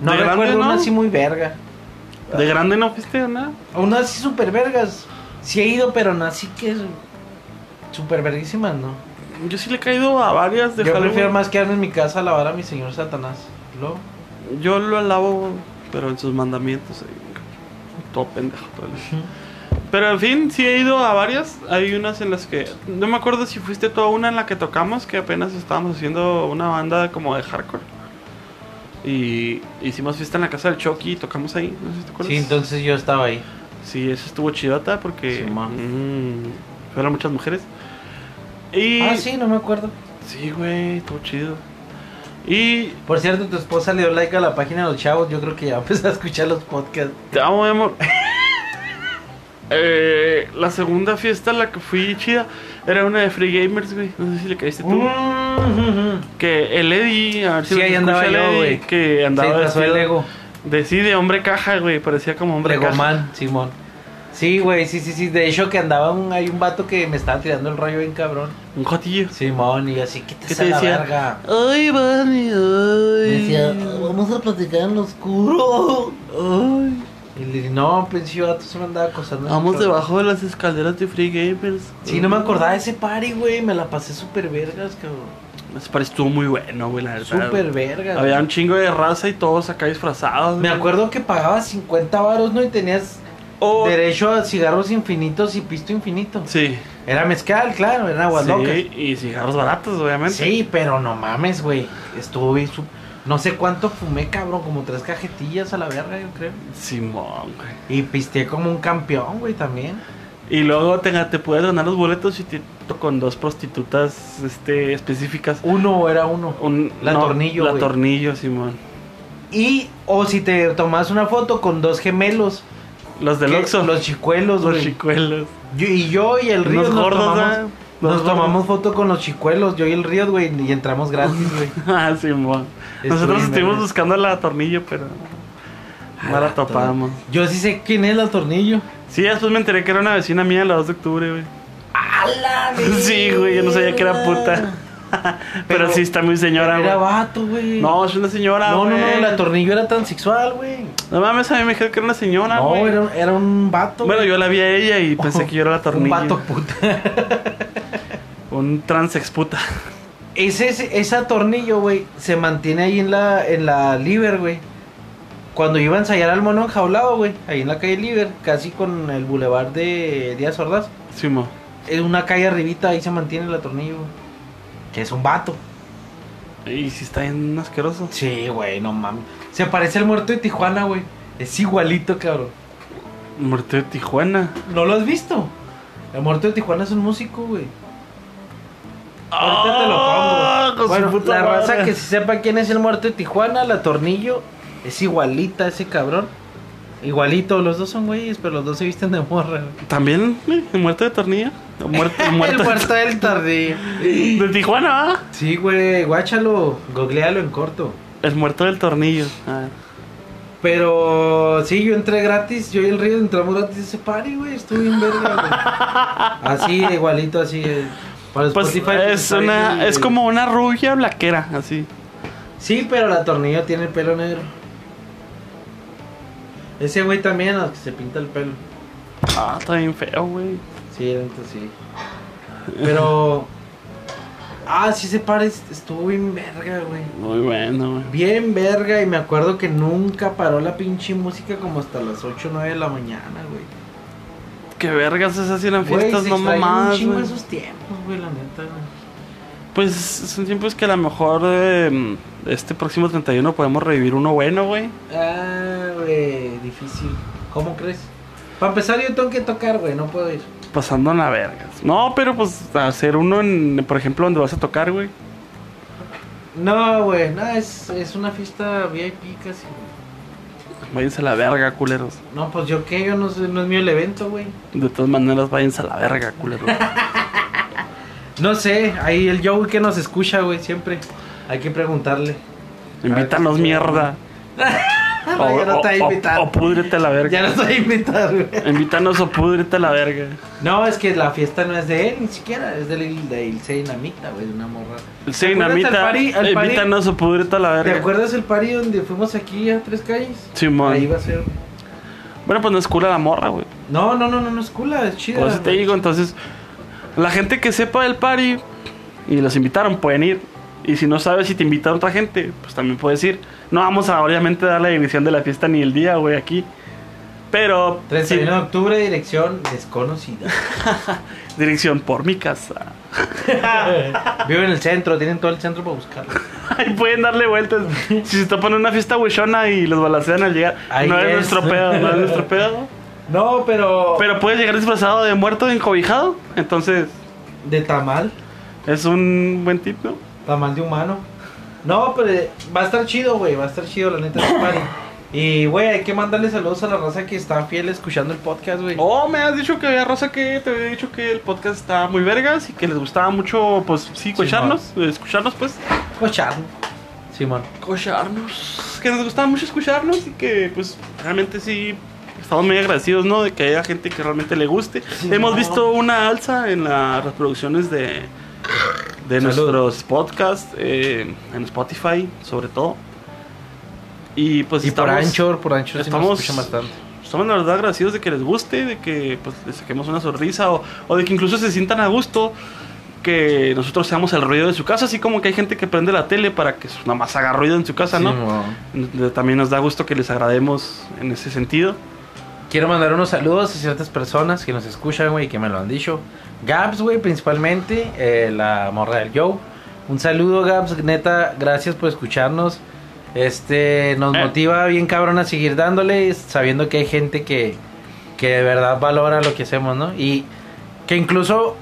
No ¿De grande, recuerdo una no? así muy verga. de grande no fuiste a nada. Una así super vergas. Sí he ido, pero no así que super verguísimas, ¿no? Yo sí le he caído a varias de Yo Halloween. prefiero más quedarme en mi casa a alabar a mi señor Satanás. Lo- Yo lo alabo, pero en sus mandamientos. eh, Todo pendejo. todo el- Pero en fin, sí he ido a varias. Hay unas en las que. No me acuerdo si fuiste tú a una en la que tocamos, que apenas estábamos haciendo una banda como de hardcore. Y hicimos fiesta en la casa del Chucky y tocamos ahí. No sé si te acuerdas. Sí, entonces yo estaba ahí. Sí, eso estuvo chidota porque. Simón. mm, fueron muchas mujeres. Y Ah, sí, no me acuerdo. Sí, güey, todo chido. Y Por cierto, tu esposa le dio like a la página de los chavos. Yo creo que ya empezó a escuchar los podcasts. Te amo, mi amor. Eh, la segunda fiesta a la que fui chida era una de Free Gamers, güey. No sé si le caíste tú. Que el Eddie, a ver si Mm. Sí, nos ahí escucha andaba el yo, Eddie, güey. Que Se andaba disfrazó el vestido Lego. de sí, de hombre caja, güey. Parecía como hombre Lego caja. Man, Simón. Sí, güey, sí, sí, sí. De hecho, que andaba un, hay un vato que me estaba tirando el rollo bien cabrón. Un jotillo. Simón, y yo así, quítese ¿Qué te la decía? verga. Ay, Bunny, Me ay. decía, vamos a platicar en lo oscuro. Ay, Y le dije, no, pensé, vato se me andaba acosando. vamos Pero- debajo de las escaleras de Free Gamers. Sí, no me acordaba de ese party, güey. Me la pasé súper vergas, cabrón. Me parece estuvo muy bueno, güey, la verdad. Súper vergas. Había un chingo de raza y todos acá disfrazados. Me güey. acuerdo que pagabas 50 varos, ¿no? Y tenías Oh, derecho a cigarros infinitos y pisto infinito. Sí. Era mezcal, claro, eran aguas sí, locas. y cigarros baratos, obviamente. Sí, pero no mames, güey. Estuvo bien. su- No sé cuánto fumé, cabrón. Como tres cajetillas a la verga, yo creo. Simón, güey. Y pisteé como un campeón, güey, también. Y luego te, te puedes ganar los boletos si te con dos prostitutas este, específicas. Uno era uno. Un, La Tornillo, La güey. tornillo, Simón. Y, o si te tomas una foto con dos gemelos. Los del que- Oxxo. Los chicuelos, Los güey. chicuelos. Yo- y yo y el Río Los nos, gordos, tomamos, ¿eh? Los nos gordos. tomamos foto con los chicuelos, yo y el Río, güey, y entramos gratis, güey. ah, Simón. Estuvo Nosotros bien, estuvimos verga. buscando la tornillo, pero no Ah, la topamos. Yo sí sé quién es la tornillo. Sí, después me enteré que era una vecina mía la 2 de octubre, güey. Sí, güey, yo no sabía que era puta. pero, Pero- sí está muy señora, Era güey. vato, güey. No, es una señora, no, no, no, güey. la tornillo era transexual, güey. No mames, a mí me dijeron que era una señora, No, güey. era, era un vato. Bueno, güey. yo la vi a ella y pensé que yo era la tornilla. Un vato puta. Un transex puta. Ese, ese- esa tornillo, güey, se mantiene ahí en la, en la Liber, güey. Cuando iba a ensayar al mono enjaulado, güey, ahí en la calle Liber, casi con el bulevar de Díaz Ordaz. Simón. En una calle arribita, ahí se mantiene el atornillo. güey. Que es un vato. Y si está bien asqueroso. Sí, güey, no mames. Se parece al muerto de Tijuana, güey. Es igualito, cabrón. Muerte de Tijuana. ¿No lo has visto? El muerto de Tijuana es un músico, güey. Ahorita te Ah, lo pongo. con su Bueno, puta la madre. raza que se sepa quién es el muerto de Tijuana, la tornillo, es igualita a ese cabrón. Igualito, los dos son güeyes, pero los dos se visten de morra, güey. También, güey, muerte de tornilla. Muerte, muerte El muerto del tornillo. de Tijuana, ¿ah? Sí, güey, guáchalo, googlealo en corto. El muerto del tornillo. Ah. Pero sí, yo entré gratis, yo y el Río entramos gratis a ese party, güey, estuve bien verga, güey. Así, igualito, así. eh, Para Pues Spotify, es pues, una. ahí, Es como una rubia blaquera, así. Sí, pero la tornillo tiene el pelo negro. Ese güey también, a los que se pinta el pelo. Ah, está bien feo, güey. Sí, entonces sí. Pero... Ah, sí, ese party estuvo bien verga, güey. Muy bueno, güey. Bien verga, y me acuerdo que nunca paró la pinche música como hasta las 8 o 9 de la mañana, güey. Qué vergas es así en Güey, fiestas, se no extrañan un mamadas, chingo güey. esos tiempos, güey, la neta, güey. Pues son tiempos que a lo mejor eh, este próximo 31 podemos revivir uno bueno, güey. Ah, güey, difícil. ¿Cómo crees? Para empezar, yo tengo que tocar, güey, no puedo ir. Pasando la vergas. No, pero pues hacer uno, en, por ejemplo, donde vas a tocar, güey. No, güey, no, es, es una fiesta VIP casi, güey. Váyanse a la verga, culeros. No, pues yo qué, yo no sé, no es mío el evento, güey. De todas maneras, váyanse a la verga, culeros. No sé, ahí el Joey que nos escucha, güey, siempre. Hay que preguntarle. Invítanos mierda. Ah, No, ya no te voy Oh, a invitar. o púdrete a Ya la oh, verga. no te voy a invitar, güey. Invítanos o púdrete a la verga. No, es que la fiesta no es de él, ni siquiera. Es de, de Ilse Dinamita, güey, de una morra. Sí, acuerdas del Namita, pari- al pari- invítanos o púdrete a la ¿Te verga. acuerdas el party donde fuimos aquí a Tres Calles? Simón. Ahí va a ser. Bueno, pues no es cura la morra, güey. No, no, no, no, no es cula, es chida. Por eso Pues, te digo, entonces, la gente que sepa del party y los invitaron pueden ir. Y si no sabes si te invitaron otra gente, pues también puedes ir. No vamos a obviamente dar la división de la fiesta ni el día, güey, aquí. Pero 31 de sí, octubre, dirección desconocida. dirección por mi casa. Vivo en el centro, tienen todo el centro para buscarlo. Ahí pueden darle vueltas. Si se topan en una fiesta huichona y los balacean al llegar, Ahí no es es. nuestro pedo, no es nuestro pedo. No, pero. Pero puedes llegar disfrazado de muerto, de encobijado. Entonces, De tamal, es un buen tip, ¿no? tamal de humano. No, pero eh, va a estar chido, güey. Va a estar chido, la neta. ese party. Y, güey, hay que mandarle saludos a la raza que está fiel escuchando el podcast, güey. Oh, me has dicho que había raza que te había dicho que el podcast está muy vergas y que les gustaba mucho, pues sí, escucharnos, eh, escucharnos pues. Escuchar. Simón. Escucharnos. Que nos gustaba mucho escucharnos y que pues realmente sí estamos muy agradecidos, ¿no? De que haya gente que realmente le guste. Sí, Hemos no. visto una alza en las reproducciones de, de nuestros podcasts, eh, en Spotify sobre todo. Y pues y por estamos- Anchor, por Anchor sí nos estamos- escuchan bastante. Estamos Pues la verdad agradecidos de que les guste, de que pues, les saquemos una sonrisa o, o de que incluso se sientan a gusto que nosotros seamos el ruido de su casa, así como que hay gente que prende la tele para que nada más haga ruido en su casa, ¿no? Simón. N- También nos da gusto que les agrademos en ese sentido. Quiero mandar unos saludos a ciertas personas que nos escuchan, güey, que me lo han dicho. Gabs, güey, principalmente, eh, la morra del Joe. Un saludo, Gabs, neta, gracias por escucharnos. Este, nos Eh. motiva bien cabrón a seguir dándole, sabiendo que hay gente que, que de verdad valora lo que hacemos, ¿no? Y que incluso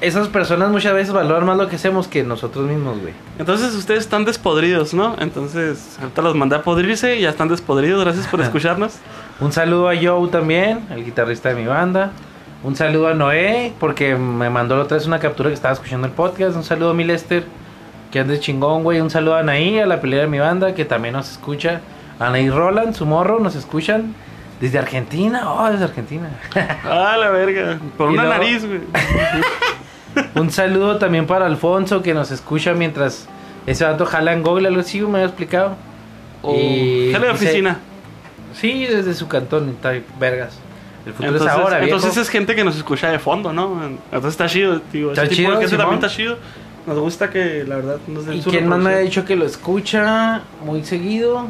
esas personas muchas veces valoran más lo que hacemos que nosotros mismos, güey. Entonces ustedes están despodridos, ¿no? Entonces ahorita los mandé a podrirse y ya están despodridos. Gracias por escucharnos. Un saludo a Joe también, el guitarrista de mi banda. Un saludo a Noé, porque me mandó la otra vez una captura que estaba escuchando el podcast. Un saludo a mi Lester, que andes chingón, güey. Un saludo a Anaí, a la pelea de mi banda, que también nos escucha. Anaí Roland, su morro, nos escuchan. Desde Argentina, oh, desde Argentina. Ah, la verga. Por Y una luego- nariz, güey. Un saludo también para Alfonso, que nos escucha mientras ese vato jala en Google, algo así, me había explicado. Y Jale de dice- oficina. Sí, desde su cantón, en Tai- vergas. El futuro Entonces, es ahora, viejo. entonces es gente que nos escucha de fondo, ¿no? Entonces está chido, digo. Está ese tipo chido, de gente también Simón. está chido. Nos gusta que, la verdad, nos den ¿Y su quién más me ha dicho reproducción. que lo escucha muy seguido?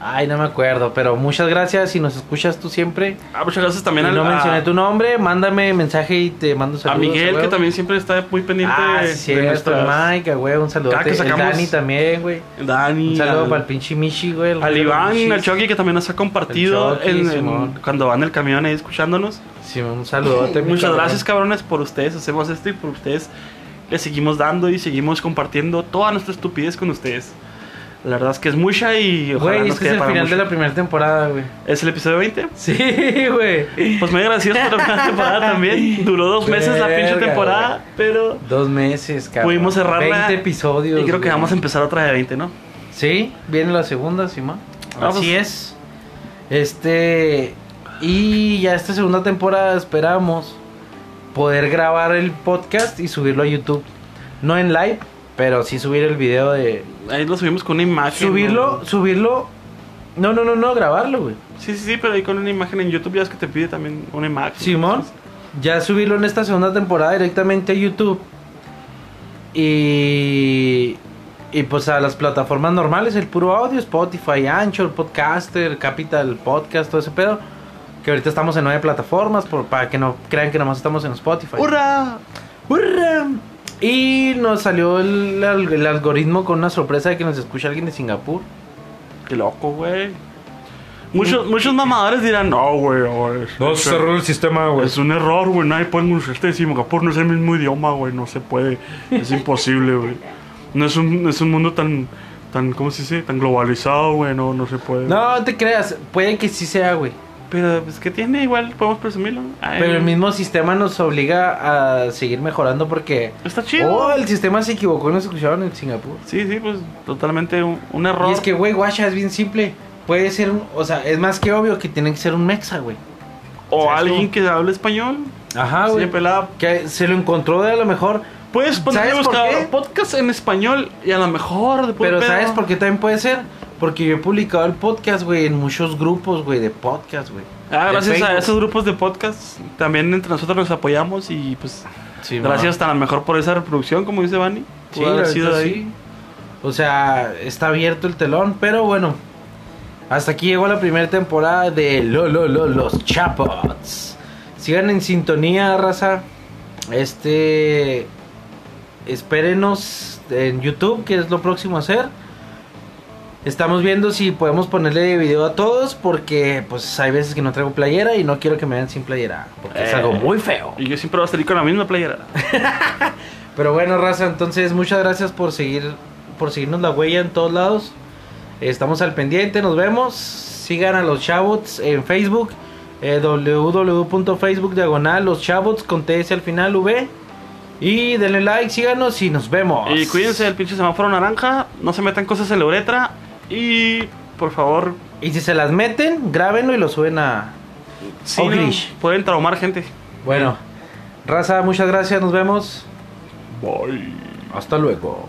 Ay, no me acuerdo, pero muchas gracias. Si nos escuchas tú siempre, Ah, muchas gracias también y al- no a, mencioné tu nombre, mándame mensaje y te mando a saludos. Miguel, güey. que también siempre está muy pendiente Ah, sí, de, cierto, nuestras- Mike, güey, un saludo. Cada que sacamos- Dani también, güey. Dani, Un saludo al, para el pinche Michi, güey. el al rey de los Iván, Michis. al Chucky, que también nos ha compartido Chucky, en- en- Simón. cuando van en el camión ahí escuchándonos. Sí, un saludote. mi Muchas cabrón. gracias, cabrones, por ustedes. Hacemos esto y por ustedes le seguimos dando y seguimos compartiendo toda nuestra estupidez con ustedes. La verdad es que es mucha y ojalá Güey, nos este quede es el para final de mucho. la primera temporada, güey. Es el episodio 20. Sí, güey. Pues muy agradecidos por la primera temporada también. Duró dos meses la pinche Verga, temporada, pero Dos meses, cabrón. pudimos cerrarla. 20 episodios. y creo que güey. vamos a empezar otra de 20, ¿no? Sí, viene la segunda, Simón. Ah, Así es. pues. Este. Y ya esta segunda temporada esperamos poder grabar el podcast y subirlo a YouTube. No en live, pero sí subir el video de. Ahí lo subimos con una imagen. Subirlo, Ah, ¿no? subirlo. No, no, no, no, grabarlo, güey. Sí, sí, sí, pero ahí con una imagen en YouTube ya es que te pide también una imagen. Simón, ya subirlo en esta segunda temporada directamente a YouTube. Y. Y pues a las plataformas normales, el puro audio, Spotify, Anchor, Podcaster, Capital Podcast, todo ese pedo. Que ahorita estamos en nueve plataformas por, para que no crean que nomás estamos en Spotify. ¡Hurra! ¡Hurra! Y nos salió el, al- el algoritmo con una sorpresa de que nos escucha alguien de Singapur. ¡Qué loco, güey! Muchos, muchos mamadores dirán, no, güey, güey, es- es- el sistema, Es un error, güey. Nadie puede pronunciarte en Singapur. No es el mismo idioma, güey. No se puede. Es imposible, güey. No es un, es un mundo tan, tan, ¿cómo se dice? Tan globalizado, güey. No, no se puede. No te creas, puede que sí sea, güey. Pero, pues, que tiene? Igual podemos presumirlo. Ay, Pero el mismo sistema nos obliga a seguir mejorando porque Está chido. Oh, el sistema se equivocó, nos escucharon en Singapur. Sí, sí, pues, totalmente un, un error. Y es que, güey, guacha, es bien simple. Puede ser un, o sea, es más que obvio que tiene que ser un mexa, güey. o ¿sabes alguien cómo? que hable español. Ajá, Sí, güey. pelada. que se lo encontró de a lo mejor. Puedes poner ¿Sabes por qué? buscar podcast en español y a lo mejor de puro Pero pedo. ¿sabes por qué también puede ser? Porque yo he publicado el podcast, güey, en muchos grupos, güey, de podcast, güey. Ah, De gracias a Facebook. esos grupos de podcast también entre nosotros nos apoyamos y pues Sí, Gracias tan a lo mejor por esa reproducción, como dice Vani. ma. Pudo Sí, haber la sido neta, ahí. sí. O sea, está abierto el telón, pero bueno. Hasta aquí llegó la primera temporada de lo, lo, lo, Los Chapots. Sigan en sintonía, raza. Este. Espérenos en YouTube, que es lo próximo a hacer. Estamos viendo si podemos ponerle video a todos, porque pues hay veces que no traigo playera y no quiero que me vean sin playera, porque es Eh. algo muy feo. Y yo siempre voy a salir con la misma playera. Pero bueno, raza, entonces muchas gracias por seguir por seguirnos la huella en todos lados. Estamos al pendiente, nos vemos. Sigan a los Chabots en Facebook, eh, www.facebook diagonal los Chabots con TS al final V. Y denle like, síganos y nos vemos. Y cuídense del pinche semáforo naranja, no se metan cosas en la uretra y por favor, Y si se las meten, grábenlo y lo suben a. sí, Ok. no, pueden traumar gente. Bueno, raza, muchas gracias, nos vemos. Bye. Hasta luego.